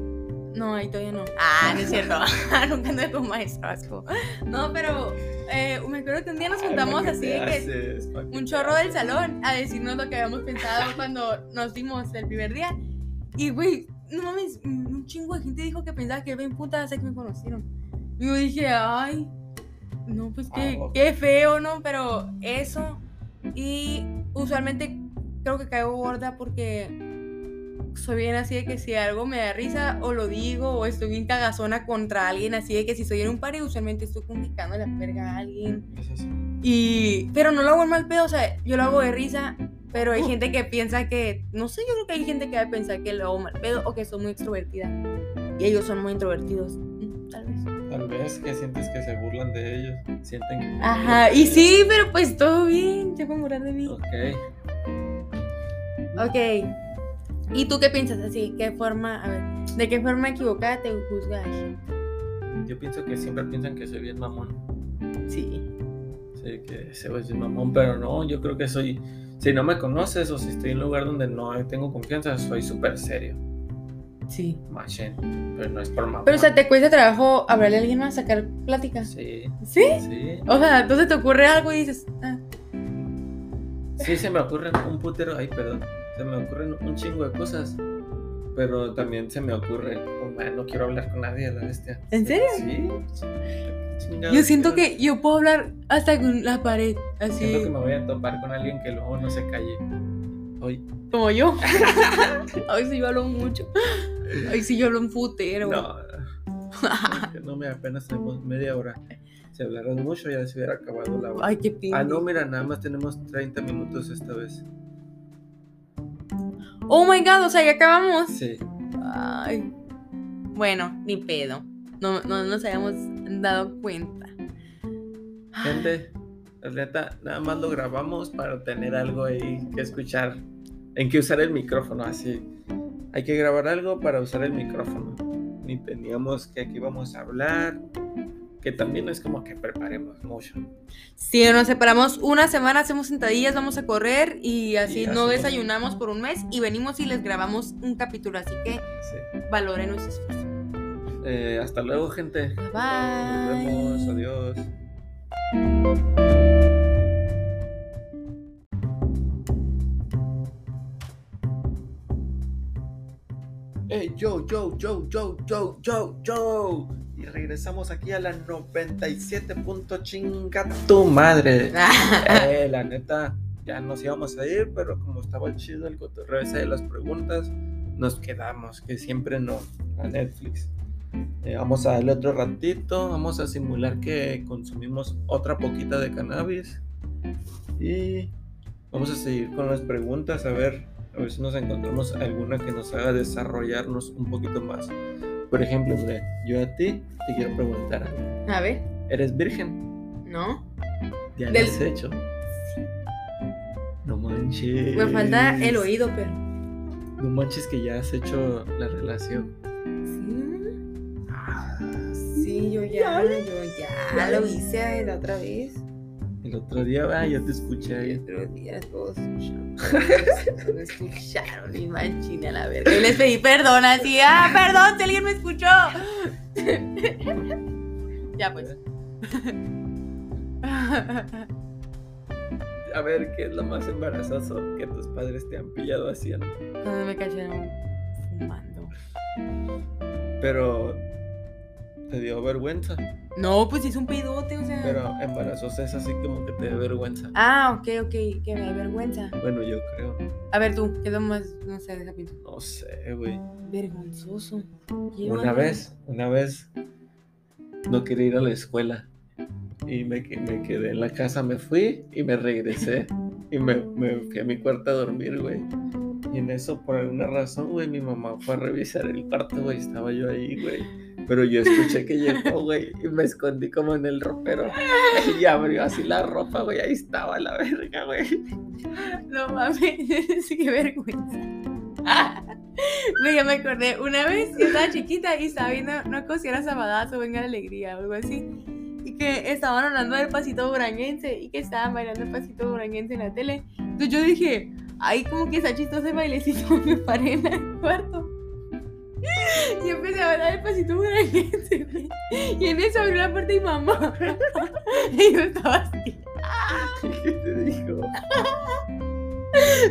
No, ahí todavía no. Ah, no es cierto. Nunca anduve con maestro asco. No, pero eh, me acuerdo que un día nos juntamos así de que un chorro del salón a decirnos lo que habíamos pensado cuando nos dimos el primer día. Y, güey, no mames, un chingo de gente dijo que pensaba que era bien puta hasta que me conocieron. Y yo dije, ay, no, pues qué,
Ah, ok.
qué feo, ¿no? Pero eso. Y usualmente creo que caigo gorda porque soy bien así de que si algo me da risa o lo digo o estoy bien cagazona contra alguien así de que si estoy en un party usualmente estoy complicando la verga a alguien y, pero no lo hago en mal pedo, o sea, yo lo hago de risa, pero hay gente que piensa que, no sé, yo creo que hay gente que va a pensar que lo hago mal pedo o que soy muy extrovertida. Y ellos son muy introvertidos, mm, tal vez.
Tal vez que sientes que se burlan de ellos. Sienten que.
Ajá, y sí, pero pues todo bien, te puedo burlar de mí.
Ok.
Ok. ¿Y tú qué piensas así? ¿Qué forma, a ver, de qué forma equivocada te juzga la gente?
Yo pienso que siempre piensan que soy bien mamón.
Sí.
Sí, que ese güey es un mamón, pero no, yo creo que soy. Si no me conoces o si estoy en un lugar donde no tengo confianza, soy súper serio.
Sí.
Machín. Pero no es por mamón.
Pero, o sea, ¿te cuesta trabajo hablarle a alguien más, sacar plática?
Sí,
¿Sí?
sí.
O sea, entonces te ocurre algo y dices, ah,
Sí, se me ocurren un putero. Ay, perdón. Se me ocurren un chingo de cosas. Pero también se me ocurre. oh, man, no quiero hablar con nadie, la bestia.
¿En serio?
Sí. sí, chingado,
Yo siento
quiero-
que yo puedo hablar hasta con la pared, así
Siento que me voy a topar con alguien que luego no se calle. Hoy.
como yo. Hoy sí yo hablo mucho. Hoy sí yo hablo un putero. güey.
No. que no me apenas tenemos media hora. Si hablaras mucho ya se hubiera acabado la hora.
Ay, qué pena.
ah, no, mira, nada más tenemos 30 minutos esta vez.
Oh my god, o sea, ya acabamos.
Sí.
Ay. Bueno, ni pedo. No, no nos habíamos dado cuenta.
Gente, la neta, nada más lo grabamos para tener algo ahí que escuchar. En que usar el micrófono, así. Hay que grabar algo para usar el micrófono. Ni teníamos que aquí vamos a hablar. Que también no es como que preparemos mucho.
Si nos separamos una semana, hacemos sentadillas, vamos a correr y así
Y
no
hacemos-
desayunamos por un mes y venimos y les grabamos un capítulo. Así que
Sí.
valoren nuestros esfuerzos.
Eh, hasta luego, gente.
Bye.
Nos vemos. Adiós. Hey, yo, yo, yo, yo, yo, yo, yo. Y regresamos aquí a la 97. punto Chinga tu madre. Eh, la neta, ya nos íbamos a ir, pero como estaba chido el cotorreo ese de las preguntas, nos quedamos, que siempre no, a Netflix. Eh, vamos a darle otro ratito, vamos a simular que consumimos otra poquita de cannabis y vamos a seguir con las preguntas, a ver, a ver si nos encontramos alguna que nos haga desarrollarnos un poquito más. Por ejemplo, Andrea, yo a ti te quiero preguntar, algo.
A ver,
¿eres virgen?
¿no?
Ya
Del-
lo has hecho. No manches.
Me falta el oído, pero.
No manches que ya has hecho la relación.
Sí, Ah. sí yo ya, yo ya lo hice la otra vez.
El otro día, ah, yo te escuché
Y
ahí.
otro día todos escucharon. No escucharon, ni machina la verga. Y les pedí perdón así, ah, perdón, si alguien me escuchó. ya pues.
A ver, ¿qué es lo más embarazoso que tus padres te han pillado haciendo?
Cuando me cacharon fumando.
Pero te dio vergüenza.
No, pues es un pedote, o sea.
Pero embarazosa es así como que te da vergüenza.
Ah, ok, ok, que me da vergüenza.
Bueno, yo creo.
A ver tú, ¿qué es lo más, no sé, de esa pintura?
No sé, güey.
Vergonzoso.
Una vez, una vez no quería ir a la escuela y me, que- me quedé en la casa, me fui y me regresé y me, me fui a mi cuarto a dormir, güey. Y en eso, por alguna razón, güey, mi mamá fue a revisar el cuarto, güey, estaba yo ahí, güey. Pero yo escuché que llegó, güey, y me escondí como en el ropero. Y abrió así la ropa, güey, ahí estaba la verga, güey.
No mames, sí, qué vergüenza. Güey, ya me acordé. Una vez yo estaba chiquita y estaba viendo, no considera Sabadazo, Venga la Alegría o algo así. Y que estaban hablando del pasito duranguense y que estaban bailando el pasito duranguense en la tele. Entonces yo dije, ay, como que está chistoso el bailecito, me paré en el cuarto. Y empecé a bailar el pasito duranguense. güey. Y en eso abrió la puerta mi mamá. Y yo estaba así.
¿Qué te dijo?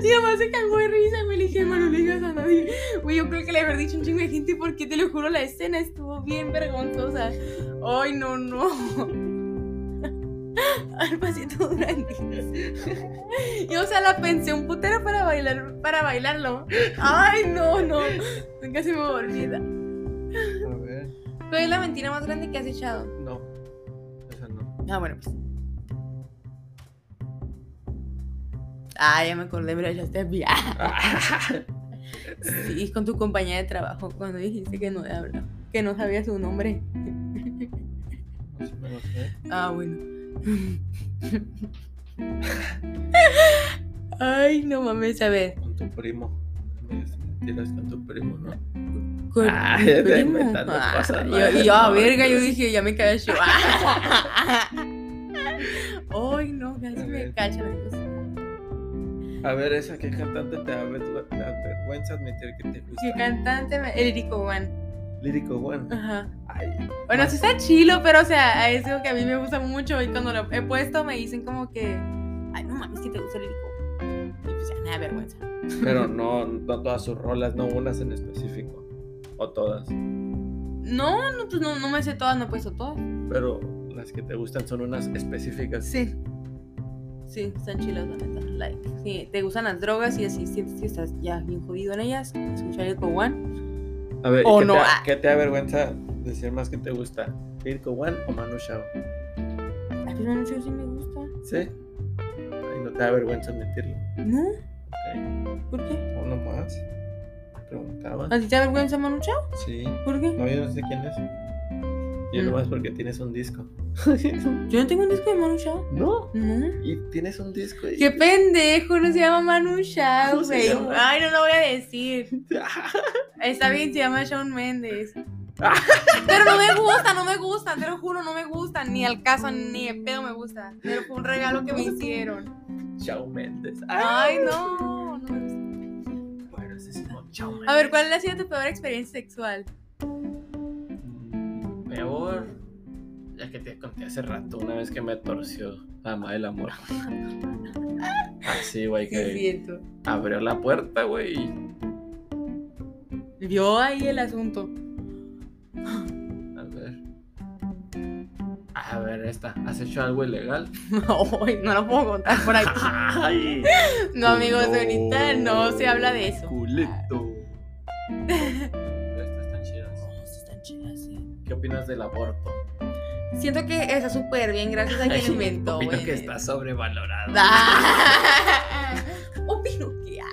Y además se cagó de risa, me le dije, hermano, no le digas a nadie. Güey, yo creo que le haber dicho un chingo de gente porque te lo juro, la escena estuvo bien vergonzosa. Ay, no, no. Al pasito durante. Y o sea, la pensé un putero para bailar, para bailarlo. Ay, no, no. Nunca se me olvida.
A ver,
¿Cuál es la mentira más grande que has echado?
no. Esa no.
Ah, bueno, pues. Ah, ya me acordé, mira, ya te vi.
Ah.
Sí, con tu compañía de trabajo, cuando dijiste que no habla, que no sabía su nombre.
No se me lo sé.
Ah, bueno. Ay, no mames, a ver.
Con tu primo. Me Mentiras con tu primo, ¿no?
Con
Ah,
mi
ya estoy
primo.
inventando
Ah,
cosas, ¿no?
yo- y yo, a
No,
verga, yo
entonces-
dije, ya me cayó. Ay, no, casi
A
me
ver.
cacha la cosa.
A ver, esa que cantante te da ver- te da vergüenza admitir que te gusta.
Que cantante, me- el Rico One.
Lírico, bueno.
Ajá.
Ay,
Bueno, sí está chilo, pero o sea, es algo que a mí me gusta mucho y cuando lo he puesto me dicen como que, ay, no mames, que te gusta el lírico. Y pues ya, nada, de vergüenza.
pero no, no todas sus rolas, no unas en específico. O todas.
No, no, pues no, no me sé todas, no he puesto todas.
Pero las que te gustan son unas específicas.
Sí. Sí, están chilas, la neta. Like, sí, te gustan las drogas y así sientes que estás ya bien jodido en ellas, escuchar el One.
A ver,
O
¿qué,
no,
te,
ah.
qué te da vergüenza decir más que te gusta? ¿Lírico One o Manu Chao?
A mí mucho sí me gusta.
¿Sí? Ay, no te da vergüenza admitirlo.
¿No?
Ok.
¿Por qué?
¿Uno más? Preguntaba.
¿A ti te da vergüenza, Manucha?
Sí.
¿Por qué?
No, yo no sé quién es. Yo
Mm.
nomás porque tienes un disco.
Yo no tengo un disco de Manucha.
¿No?
No.
Y tienes un disco. Y...
Qué pendejo, no se llama Manu Chao,
¿Cómo se
güey.
llama?
Ay, no lo voy a decir. Está bien, se llama Shawn Méndez. Pero no me gusta, no me gusta, te lo juro, no me gusta. Ni al caso, ni de pedo me gusta. Pero fue un regalo que me hicieron.
Chao Méndez.
Ay, no, no me gusta.
Ah, Bueno, ese es un Chao Méndez.
A ver, ¿cuál ha sido tu peor experiencia sexual?
Peor. La que te conté hace rato, una vez que me torció la madre del amor. Así, güey, que
cierto.
abrió la puerta, güey. y
Vio ahí el asunto.
A ver. A ver, esta. ¿Has hecho algo ilegal?
Ay, no lo puedo contar por aquí.
¡Ay!
No, amigos, ahorita no se habla de eso.
Culeto. Estas están chidas.
No, Oh, sí están chidas, sí.
¿Qué opinas del aborto?
Siento que está súper bien, gracias a quien lo inventó.
Opino
güey.
que está sobrevalorado.
Ah, Opino que. ah.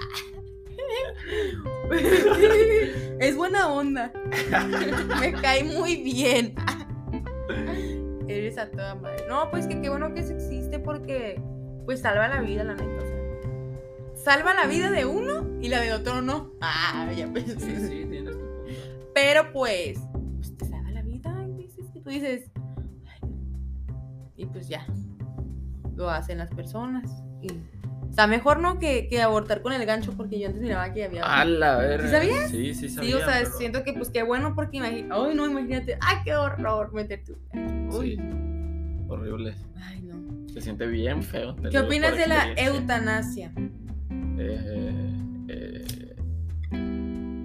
Es buena onda. Me cae muy bien. Eres a toda madre. No, pues que qué bueno que eso existe porque pues salva la vida, la neta. o sea. salva la vida de uno y la de otro no. Ah, ya pues.
Sí, sí, tienes tu punto.
Pero pues, pues te salva la vida, hay veces que tú dices, "Ay, no". y pues ya. lo hacen las personas. Y está mejor, ¿no? Que, que abortar con el gancho, porque yo antes miraba que había.
A Ah, la verga.
¿Sí sabías?
Sí, sí sabía.
sí, o sea,
pero-
siento que pues qué bueno, porque imagínate. Ay, no, imagínate. Ay, qué horror meter tu gancho. Uy.
Sí. Horrible.
Ay, no.
Se siente bien feo. te
¿Qué
lo digo
opinas
por
de la
experiencia.
eutanasia?
Eh, eh,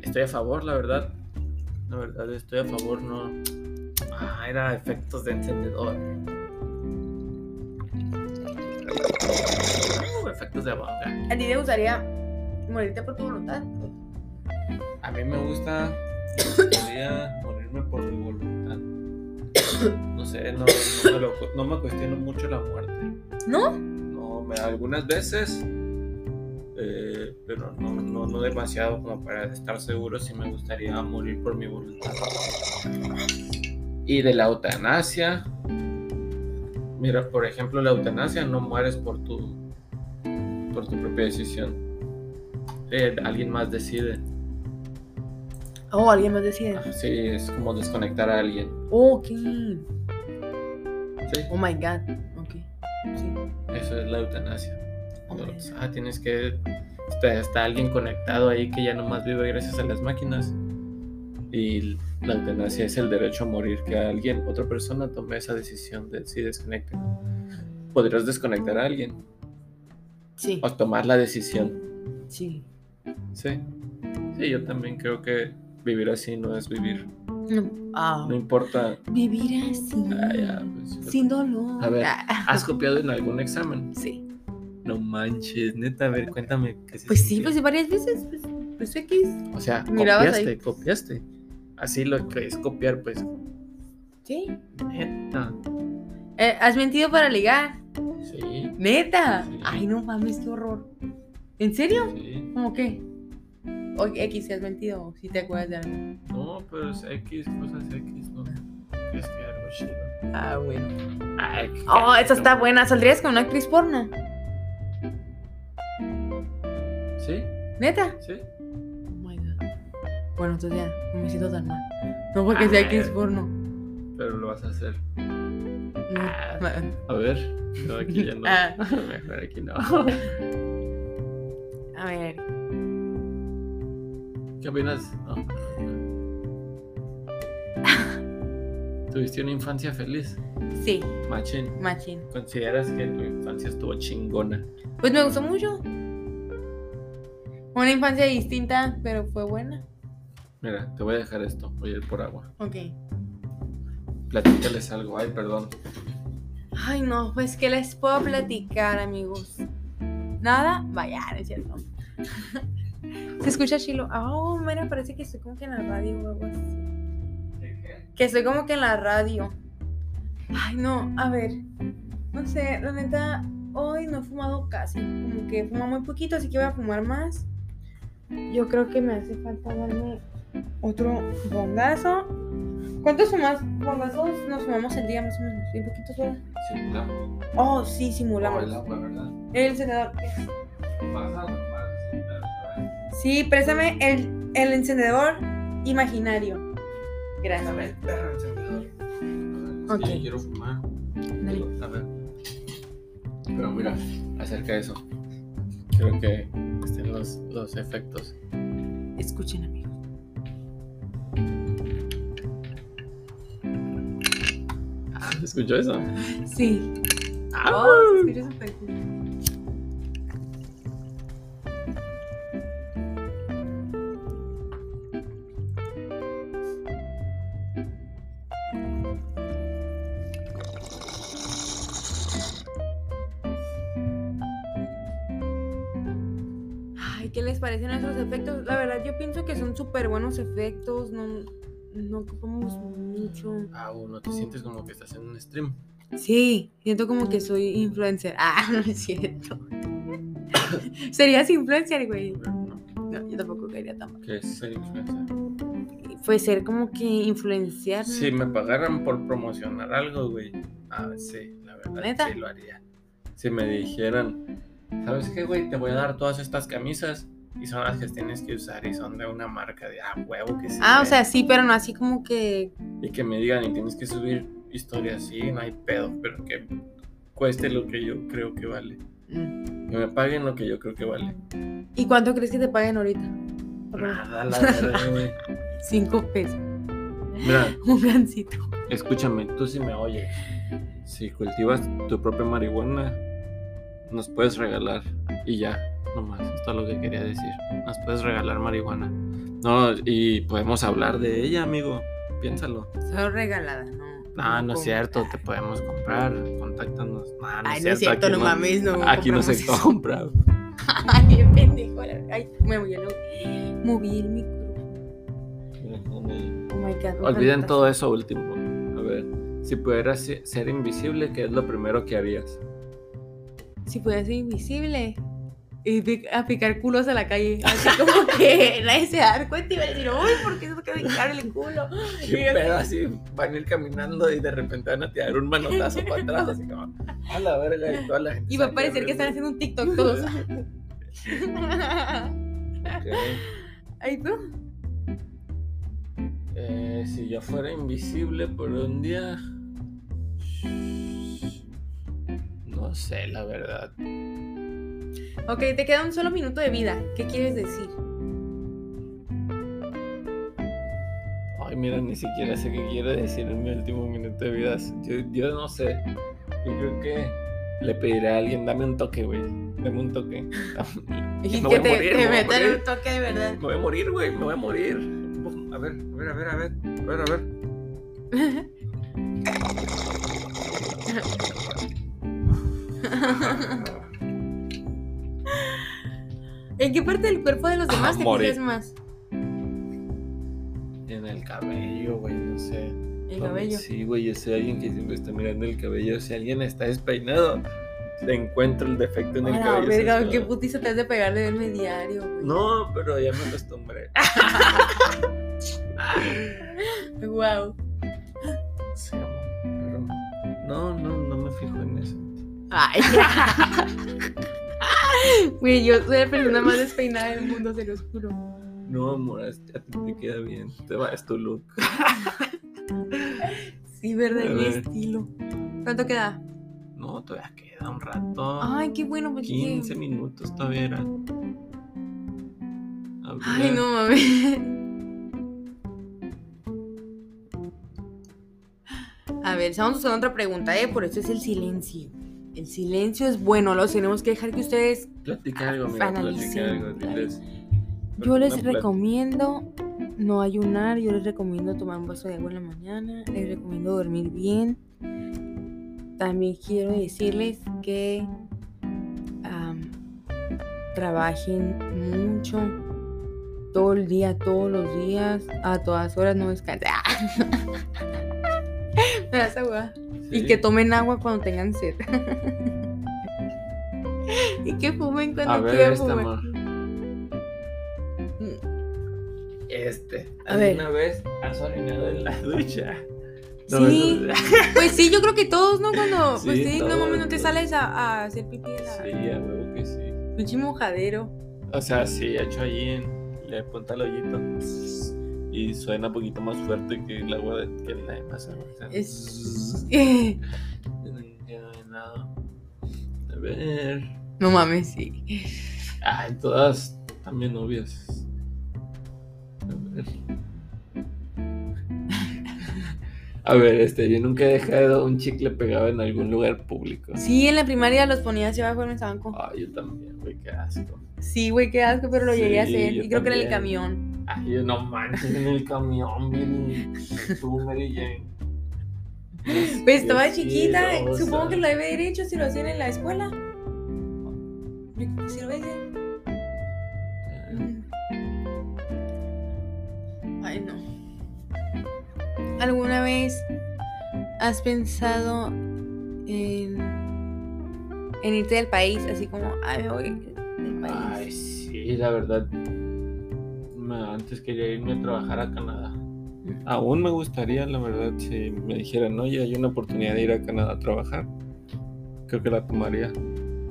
estoy a favor, la verdad. La verdad, estoy a favor, no. Ah, era efectos de encendedor. Uh, efectos de abogado.
¿A ti te gustaría morirte por tu voluntad?
A mí me gusta. me gustaría morirme por mi voluntad. No sé, no, no me, lo cu- no me cuestiono mucho la muerte.
¿No?
No, me- algunas veces, eh, pero no, no, no demasiado como para estar seguro si me gustaría morir por mi voluntad. Y de la eutanasia, mira, por ejemplo, la eutanasia no mueres por tu, por tu propia decisión. Eh, alguien más decide.
Oh, alguien más decide.
Sí, es como desconectar a alguien.
Ok.
Sí,
Oh my god. Ok. Sí.
eso es la eutanasia.
Oh my God.
Ah, tienes que. Está, está alguien conectado ahí que ya nomás vive gracias a las máquinas. Y la eutanasia es el derecho a morir, que alguien, otra persona, tome esa decisión de si desconecta. Podrías desconectar a alguien
Sí.
o tomar la decisión.
Sí.
Sí. Sí, yo también creo que vivir así no es vivir.
Ah.
No importa.
Vivir así.
Ah, ya, pues,
Sin dolor.
A ver.
Ah,
¿Has copiado en algún examen?
sí.
No manches, neta, a ver, cuéntame. ¿qué se
Pues sí,
sintió?
pues varias veces. Pues, pues X.
O sea,
Mirabas
copiaste,
ahí.
copiaste. Así lo que es copiar, pues.
Sí.
Neta.
Eh, ¿Has mentido para ligar?
Sí.
Neta.
Sí.
Ay, no mames, qué horror. ¿En serio?
Sí.
¿Cómo qué? O X, si has mentido, si te acuerdas de algo.
No, pero es X, cosas X, no. Es que algo chido.
Ah, bueno.
Ay,
Oh,
qué
esa está
bueno.
buena. ¿Saldrías con una actriz porno?
Sí,
Neta.
sí.
Oh my god. Bueno, entonces ya no me siento tan mal. No porque sea
Ah.
actriz porno.
Pero lo vas a hacer.
No.
Ah.
Ma-
A ver. No, aquí ya no.
Ah.
Mejor aquí no.
A ver.
¿Qué opinas? No. ¿Tuviste una infancia feliz?
Sí,
Machín.
machín.
¿Consideras que tu infancia estuvo chingona?
Pues me gustó mucho. Una infancia distinta, pero fue buena.
Mira, te voy a dejar esto. Voy a ir por agua.
Ok.
Platícales algo. Ay, perdón.
Ay, no, pues que les puedo platicar, amigos. Nada, vaya, no es cierto. Se escucha chilo. Ah, Oh, mira, parece que estoy como que en la radio o algo así. Que estoy como que en la radio. Ay, no, a ver. No sé, la neta, hoy no he fumado casi. Como que fumo muy poquito, así que voy a fumar más. Yo creo que me hace falta darme otro bongazo. ¿Cuántos fumas bongazos nos fumamos el día más o menos? ¿Bien poquitos, verdad?
Simulamos.
Oh, sí,
Por el
simulamos.
agua, ¿verdad?
El encendedor.
Vas a- vas a simular, ¿verdad?
Sí, préstame el, el encendedor imaginario. Gracias.
Dame el perro encendedor. A ver,
Ok.
es que yo quiero fumar.
Dale.
A ver. Pero mira, acerca de eso. Creo que estén los, los efectos.
Escuchen, amigos.
¿Escuchó eso?
Sí.
¡Au!
Oh, se escucha súper cool. Ay, ¿qué les parecen esos efectos? La verdad, yo pienso que son súper buenos efectos. No, no ocupamos mucho.
Au, no Ah, te sientes como que estás en un stream.
Sí, siento como
Ah.
que soy influencer. Ah, no es cierto. Serías influencer, güey. No, yo tampoco quería tan mal.
¿Qué es ser influencer?
Fue ser como que influenciar. ¿no?
Si me pagaran por promocionar algo, güey. Ah, sí, la verdad,
¿Neta? Mm.
sí lo haría. Si me dijeran, ¿sabes qué, güey? Te voy a dar todas estas camisas y son las que tienes que usar y son de una marca de ah, huevo que sí.
Ah, o
güey".
sea, sí, pero no así como que.
Y que me digan, y tienes que subir historias, sí, no hay pedo, pero que cueste lo que yo creo que vale.
Mm.
Que me paguen lo que yo creo que vale.
¿Y cuánto crees que te paguen ahorita?
Nada, la verdad, güey.
Cinco pesos.
Mira,
Un gancito.
escúchame, tú si me oyes. Si cultivas tu propia marihuana, nos puedes regalar. Y ya, nomás, esto es lo que quería decir. Nos puedes regalar marihuana. No, y podemos hablar de ella, amigo. Piénsalo.
Solo regalada, no.
No, no es
con-
cierto, te podemos comprar. Contáctanos. No, no
Ay,
es
no es
cierto,
cierto,
aquí
no mames, no.
Aquí no se
compramos eso.
compra.
Ay, qué pendejo. la- Ay, me voy a lo- Moví el micro. Oh my god.
Olviden todo eso último. A ver, si pudieras se- ser invisible, ¿qué es lo primero que harías?
Si pudiera ser invisible. Y pi- a picar culos a la calle. Así como que nadie se va a dar cuenta y va a decir, uy, ¿por qué se toca picar el culo?
¿Qué pedo así? Van a ir caminando y de repente van a tirar un manotazo para atrás, así como a la verga y toda la gente.
Y va a
sale
parecer que están
corriendo.
haciendo un TikTok todos.
Ok.
Ay, tú.
Eh, si yo fuera invisible por un día. No sé, la verdad.
Ok, te queda un solo minuto de vida. ¿Qué quieres decir?
Ay, mira, ni siquiera sé qué quiere decir en mi último minuto de vida. Yo, yo no sé. Yo creo que le pediré a alguien, dame un toque, güey. Dame un toque.
Y
me voy
que
a
te,
morir,
te
me voy a
metan
morir.
un toque de verdad.
Me voy a morir, güey. Me voy a morir. Pues, A ver, a ver, a ver, a ver. A ver, a ver.
¿En qué parte del cuerpo de los demás te
morí.
fijas más?
En el cabello, güey, no sé.
El
No,
cabello.
Sí, güey, ese alguien que siempre está mirando el cabello. Si alguien está despeinado, le encuentro el defecto en el
A la
cabello.
verga,
¿sabes?
qué putiza te has de pegar de verme diario, güey.
No, pero ya me acostumbré. Ah,
Wow.
Sí, amor, pero no, no, no me fijo en eso.
Ay. Güey, yo soy la persona más despeinada del mundo, se los juro.
No, amor, a ti te queda bien. Te va, es tu look.
Sí, verdad,
A
mi
ver.
estilo. ¿Cuánto queda?
No, todavía queda un rato.
Ay, qué bueno, pues.
15
que-
minutos todavía era. A
Ay,
ver.
no mames. A ver, estamos usando otra pregunta, ¿eh? Por eso es el silencio. El silencio es bueno, los tenemos que dejar que ustedes.
Platica algo, amiga,
Analicen,
platica algo. diles.
Yo les
Una plat-
recomiendo no ayunar, yo les recomiendo tomar un vaso de agua en la mañana, les recomiendo dormir bien. También quiero decirles que am, trabajen mucho, todo el día, todos los días, a todas horas, no descansen. Me das agua. Y
Sí.
que tomen agua cuando tengan sed. y que fumen
A
cuando
ver,
quieran
esta,
fumar.
amor. Este.
A
¿Alguna vez has orinado en la ducha?
Sí.
no, no.
Pues sí, yo creo que todos, ¿no? Cuando, pues
Sí,
sí, no mames, no te
todos.
sales a, a hacer pipí en la...
Sí, a huevo que sí.
Pinche mojadero.
O sea, sí, hecho ahí en. Le apunta el hoyito. Y suena un poquito más fuerte que el agua de, que la demás agua. O sea,
Es-
Nunca he orinado. A ver.
No mames, sí.
Ay, todas también obvias. A ver. A ver, este, yo nunca he dejado un chicle pegado en algún lugar público.
Sí, en la primaria los ponía hacia abajo en el banco.
Ay, Ah, yo también, güey, qué asco.
Sí, güey, qué asco, pero lo llegué a
Sí,
hacer.
yo
Y creo que era el
también.
camión.
Ay, yo no manches en el camión, Billy. Tú, Mary Jane.
Pues estaba chiquita,
Asquerosa.
supongo que lo debe haber hecho si lo hacían en la escuela. Yo creo que sí lo hice. Ay, no. ¿Alguna vez has pensado en, en irte del país? Así como, ay, me voy del país.
Ay, sí, la verdad. me- Antes quería irme a trabajar a Canadá. Aún me gustaría, la verdad, si me dijeran, oye, hay una oportunidad de ir a Canadá a trabajar. Creo que la tomaría.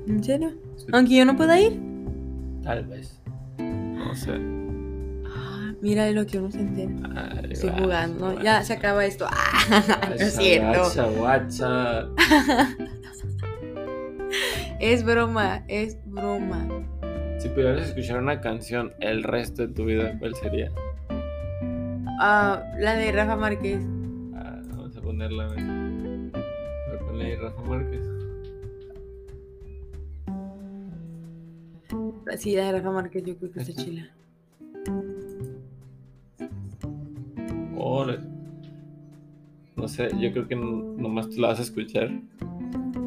¿En serio?
Sí,
Aunque yo no pueda ir.
Tal vez. No sé.
Ah, Mira de lo que uno se entera.
Ay,
Estoy
vas,
jugando.
vas.
Ya se acaba esto. Ah, no es
Guacha,
cierto.
guacha, guacha.
Es broma, es broma.
Si pudieras escuchar una canción el resto de tu vida, ¿cuál sería?
Ah, la de Rafa Márquez.
Ah, vamos a ponerla, a ver. A ver, ponle ahí Rafa Márquez.
Sí, la de Rafa Márquez, yo creo que está chila.
Órale. No sé, yo creo que n- nomás tú la vas a escuchar.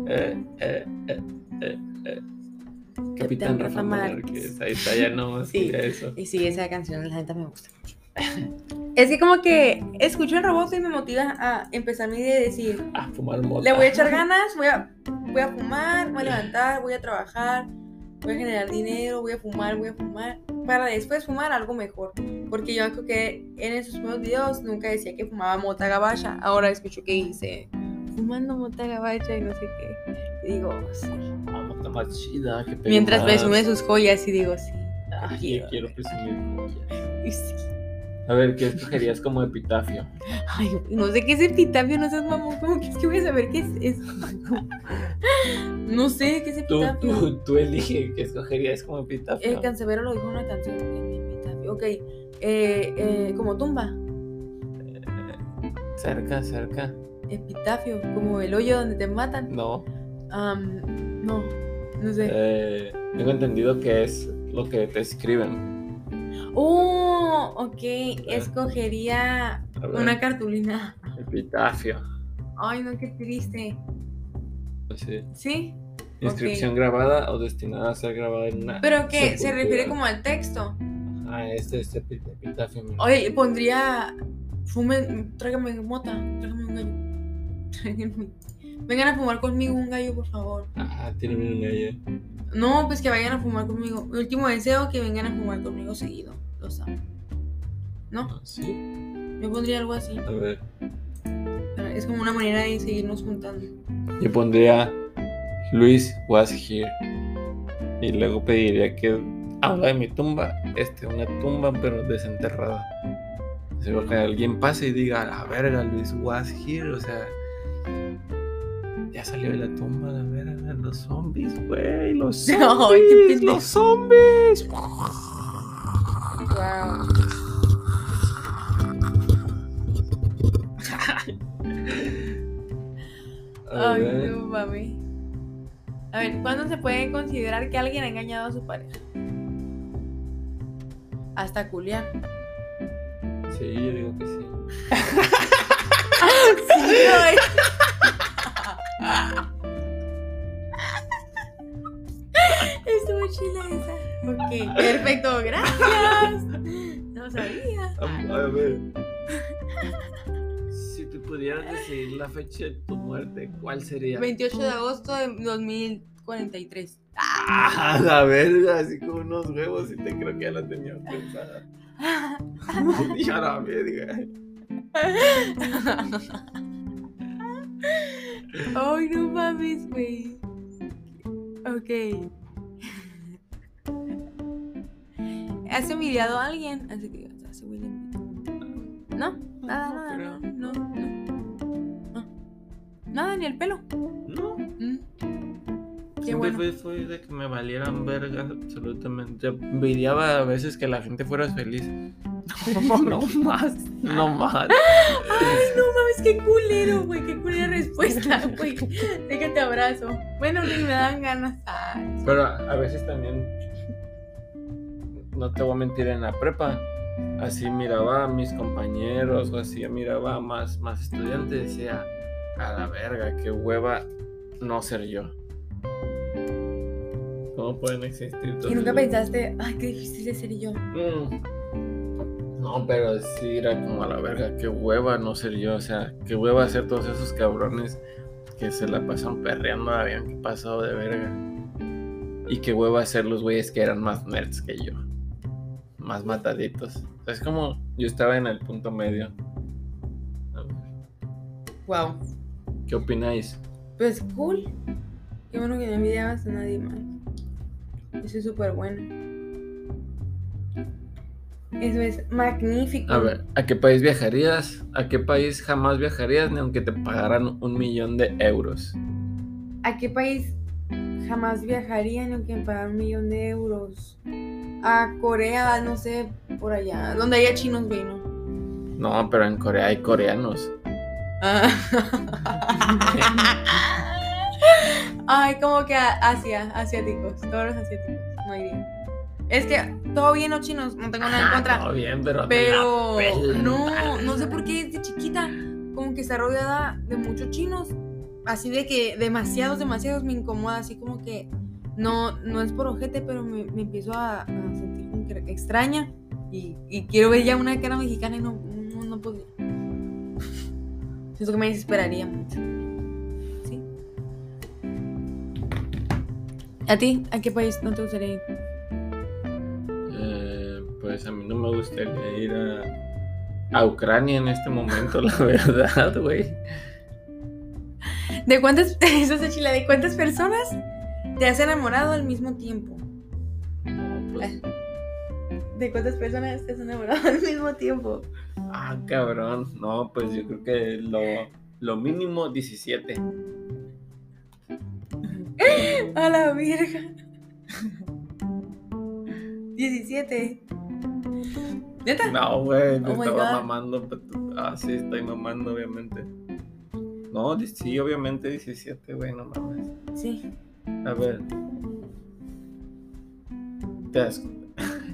Eh, eh, eh, eh, eh. Capitán Rafa Márquez. Ahí está, ya nomás
Sí.
quería eso.
Y sí, esa canción, la neta, me gusta mucho. Es que como que escucho el robot y me motiva a empezar mi idea de decir,
Ah, fumar mota.
Le voy a echar ganas, voy a, voy a fumar, voy a levantar, voy a trabajar, voy a generar dinero, voy a fumar, voy a fumar, para después fumar algo mejor. Porque yo creo que en esos primeros videos nunca decía que fumaba mota gabacha, ahora escucho que dice fumando mota gabacha y no sé qué. Y digo, sí.
Ah, mota más chida, que pega
Mientras
más.
presume sus joyas y digo, sí.
Ah, yo
quiero.
quiero presumir.
Y sí.
A ver, ¿qué escogerías como epitafio?
Ay, güey, no sé qué es epitafio, no seas mamón, ¿cómo que es que voy a saber qué es eso? No sé qué es
Tú,
epitafio. Eh,
tú, tú elige qué escogerías como epitafio.
El cancerbero lo dijo en una canción en mi epitafio. Ok, eh, eh, como tumba,
Cerca, cerca.
epitafio, como el hoyo donde te matan.
No.
Am, no, no sé.
Eh, tengo entendido que es lo que te escriben.
Oh, ok,
Eh.
escogería
A ver,
una cartulina.
Epitafio. Pues
Ay, no, qué triste.
Sí.
¿Sí?
Inscripción grabada o destinada a ser grabada en una.
Pero que se refiere
sepultura.
como al texto.
Ah, este es epi- epitafio. mira.
Oye, pondría. Fumen, tráigame mota, tráigame un gallo. Tráiganme. Vengan a fumar conmigo un gallo, por favor.
Ah, tiene un gallo.
No, pues que vayan a fumar conmigo. Mi último deseo, que vengan a fumar conmigo seguido. Los amo. ¿No?
Ah, Sí.
Yo pondría algo así.
A ver.
Pero Es como una manera de seguirnos juntando.
Yo pondría Luis was here. Y luego pediría que habla de mi tumba, este, una tumba pero desenterrada. Así para que alguien pase y diga, a la verga, Luis was here, o sea, ya salió de la tumba, la verga, los zombies, güey, los
Ay,
zombies,
qué pendejo.
los zombies.
Wow.
A
Ay,
ver,
no, mami. A ver, ¿cuándo se puede considerar que alguien ha engañado a su pareja? Hasta culiar.
Sí, yo digo que sí.
Sí, güey. Estuvo chila esa. Ok, perfecto, gracias. No sabía.
A, a ver. Si te pudieras decidir la fecha de tu muerte, ¿cuál sería?
28 de agosto de 2043.
Ah, la verga, así como unos huevos y te creo que ya la tenías pensada. Y a la verga.
Ay, no mames, güey. Ok. ¿Has humillado a alguien? Así que digas, "Hace güey le invito". No, nada,
No
nada,
creo.
no, no, no, no. Nada, ni el pelo.
No,
Mm. Qué
siempre
bueno.
fue, fue de que me valieran verga absolutamente. Envidiaba a veces que la gente fuera feliz. No, no más, no más.
Ay, no mames, qué culero, güey. Qué culera respuesta, güey. Déjate abrazo. Bueno, ni me dan ganas. Ay,
Pero a veces también, no te voy a mentir, en la prepa, así miraba a mis compañeros o así miraba a más, más estudiantes y decía, a la verga, qué hueva no ser yo. ¿Cómo pueden existir todos?
y nunca
esos-
pensaste, ay, qué difícil es ser yo.
Mm. No, pero sí era como a la verga, qué hueva no ser yo, o sea, qué hueva ser todos esos cabrones que se la pasan perreando a avión que pasado de verga. Y qué hueva ser los güeyes que eran más nerds que yo, más mataditos. O sea, es como yo estaba en el punto medio. A ver,
Wow.
¿Qué opináis?
Pues cool. Qué bueno que no envidiabas a nadie más. Eso es súper bueno. Eso es magnífico.
A ver, ¿a qué país viajarías? ¿A qué país jamás viajarías ni aunque te pagaran un millón de euros?
¿A qué país jamás viajaría ni aunque me pagaran un millón de euros a Corea, no sé, por allá, donde haya chinos, güey, ¿no?
No, pero en Corea hay coreanos.
Ay, como que a- Asia, asiáticos, todos los asiáticos, muy bien. Es que todo bien los chinos, no tengo nada Ah, en contra.
Ah, No, bien, pero. te la
Pero
pelan.
no, no sé por qué desde chiquita, como que está rodeada de muchos chinos. Así de que demasiados, demasiados me incomoda, así como que no, no es por ojete, pero me, me empiezo a, a sentir como que extraña. Y, y quiero ver ya una cara mexicana y no, no, no podía. Siento que me desesperaría mucho. Sí. ¿A ti? ¿A qué país no te gustaría ir?
Eh, pues a mí no me gustaría ir a, a Ucrania en este momento, la verdad, güey.
¿De cuántas, eso es de Chile, ¿de cuántas personas te has enamorado al mismo tiempo?
No, pues,
¿De cuántas personas te has enamorado al mismo tiempo?
ah, cabrón. No, pues yo creo que lo, lo mínimo 17.
A la verga. 17. ¿Neta?
No, güey, me
Oh my
estaba
God.
mamando. pero tú- Ah, sí, estoy mamando, obviamente. No, di- sí, obviamente 17, güey, no mames.
Sí.
A ver. Te has-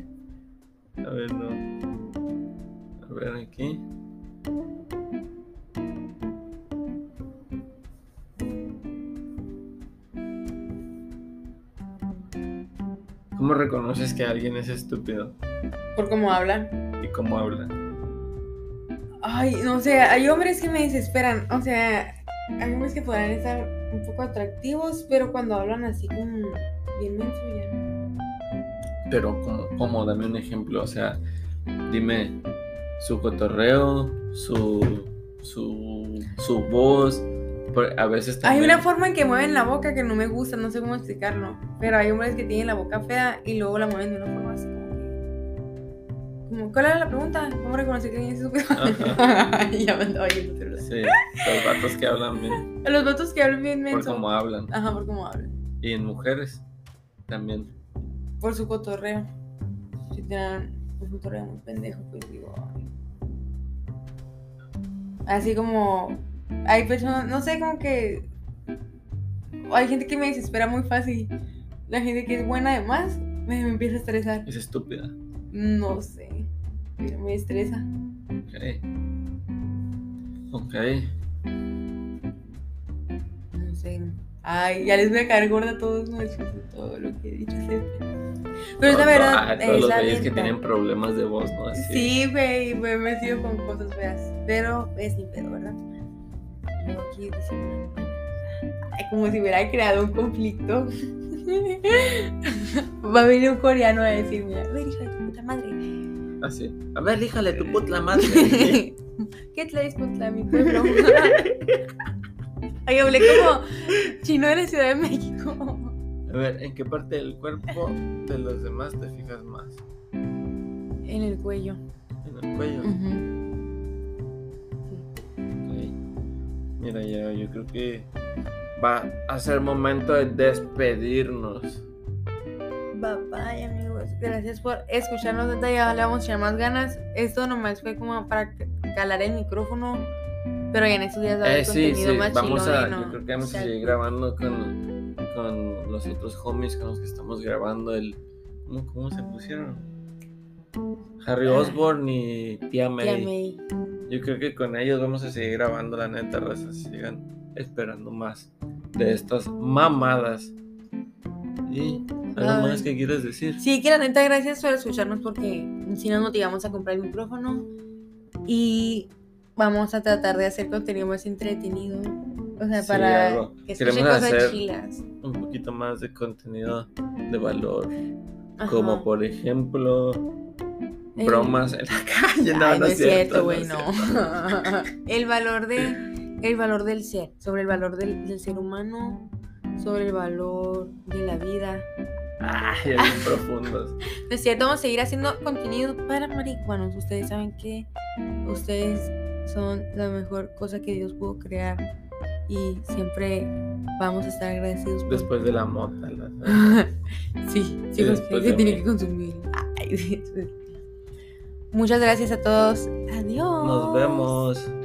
A ver, no. A ver, aquí. ¿Cómo reconoces que alguien es estúpido
Por cómo hablan.
y cómo habla?
Ay, no sé, hay hombres que me desesperan. O sea, hay hombres que podrán estar un poco atractivos, pero cuando hablan así como bien menso ya.
Pero como, como dame un ejemplo, o sea, dime su cotorreo, su su, su voz, por- a veces
Hay
también
una forma en que mueven la boca que no me gusta, no sé cómo explicarlo. Pero hay hombres que tienen la boca fea y luego la mueven de una forma así como que. Como, ¿Cuál era la pregunta? ¿Cómo reconocer que alguien es estúpido? Y ya me andaba yendo el celular.
sí, los vatos que hablan bien,
A Los vatos que hablan bien
por
menso.
cómo hablan.
Ajá, por cómo hablan.
Y en mujeres también.
Por su cotorreo. Si tienen un cotorreo muy pendejo, pues digo. ay. Así como. Hay personas, no sé, como que. Hay gente que me desespera muy fácil. La gente que es buena además me, me empieza a estresar.
Es estúpida.
No sé. Pero me estresa.
Ok. Ok.
No sé. Ay, ya les voy a caer gorda a todos nuestros de todo lo que he dicho siempre. Pero es Pues
No,
la
no, ah,
verdad.
todos
es
los
la
güeyes que
neta.
tienen problemas de voz, ¿no? Así.
Sí, güey, güey, me sigo con cosas feas. Pero es mi pedo, ¿verdad? Luego aquí diciendo. Ay, como si hubiera creado un conflicto. Va a venir un coreano a decirme, a ver, hija de tu puta madre.
Así. A ver, díjale tu puta madre.
¿Qué te la contra mi pueblo? Ay, hablé como chino de la Ciudad de México.
A ver, ¿en qué parte del cuerpo de los demás te fijas más?
En el cuello.
En el cuello.
Ujú. Mm.
Ok. Mira, ya yo creo que va a ser momento de despedirnos.
Bye bye amigos, gracias por escucharnos hasta allá, le vamos a echar más ganas. Esto nomás fue como para c- calar el micrófono, pero ya en estos días va a haber
Eh, sí,
contenido
sí,
más
vamos
chilo,
a,
y no-
yo creo que vamos a
Exacto.
seguir grabando con, con los otros homies con los que estamos grabando el... ¿Cómo, cómo se pusieron? Harry
Ah.
Osborne y Tía May.
Ya me di.
Yo creo que con ellos vamos a seguir grabando, la neta, raza. Sigan esperando más de estas mamadas. ¿Y algo
Ay.
más que quieres decir?
Sí, que la neta, gracias por escucharnos porque si nos motivamos a comprar el micrófono y vamos a tratar de hacer contenido más entretenido. O sea,
Sí,
para
algo.
que
Queremos
escuchen cosas
hacer-
chilas.
un poquito más de contenido de valor,
Ajá.
como por ejemplo
Eh,
bromas en la calle. No,
Ay,
no es cierto,
güey,
no
no.
es
el valor de el valor del ser, sobre el valor del, del ser humano, sobre el valor de la vida.
Ay, bien profundos.
No es cierto, vamos a seguir haciendo contenido para marihuanos. Ustedes saben que ustedes son la mejor cosa que Dios pudo crear. y siempre vamos a estar agradecidos. por-
Después de la mota. la-
sí, sí,
Sí,
porque
después
se
de
tiene
mí.
que consumir. Ay, sí, sí. Muchas gracias a todos. Adiós.
Nos vemos.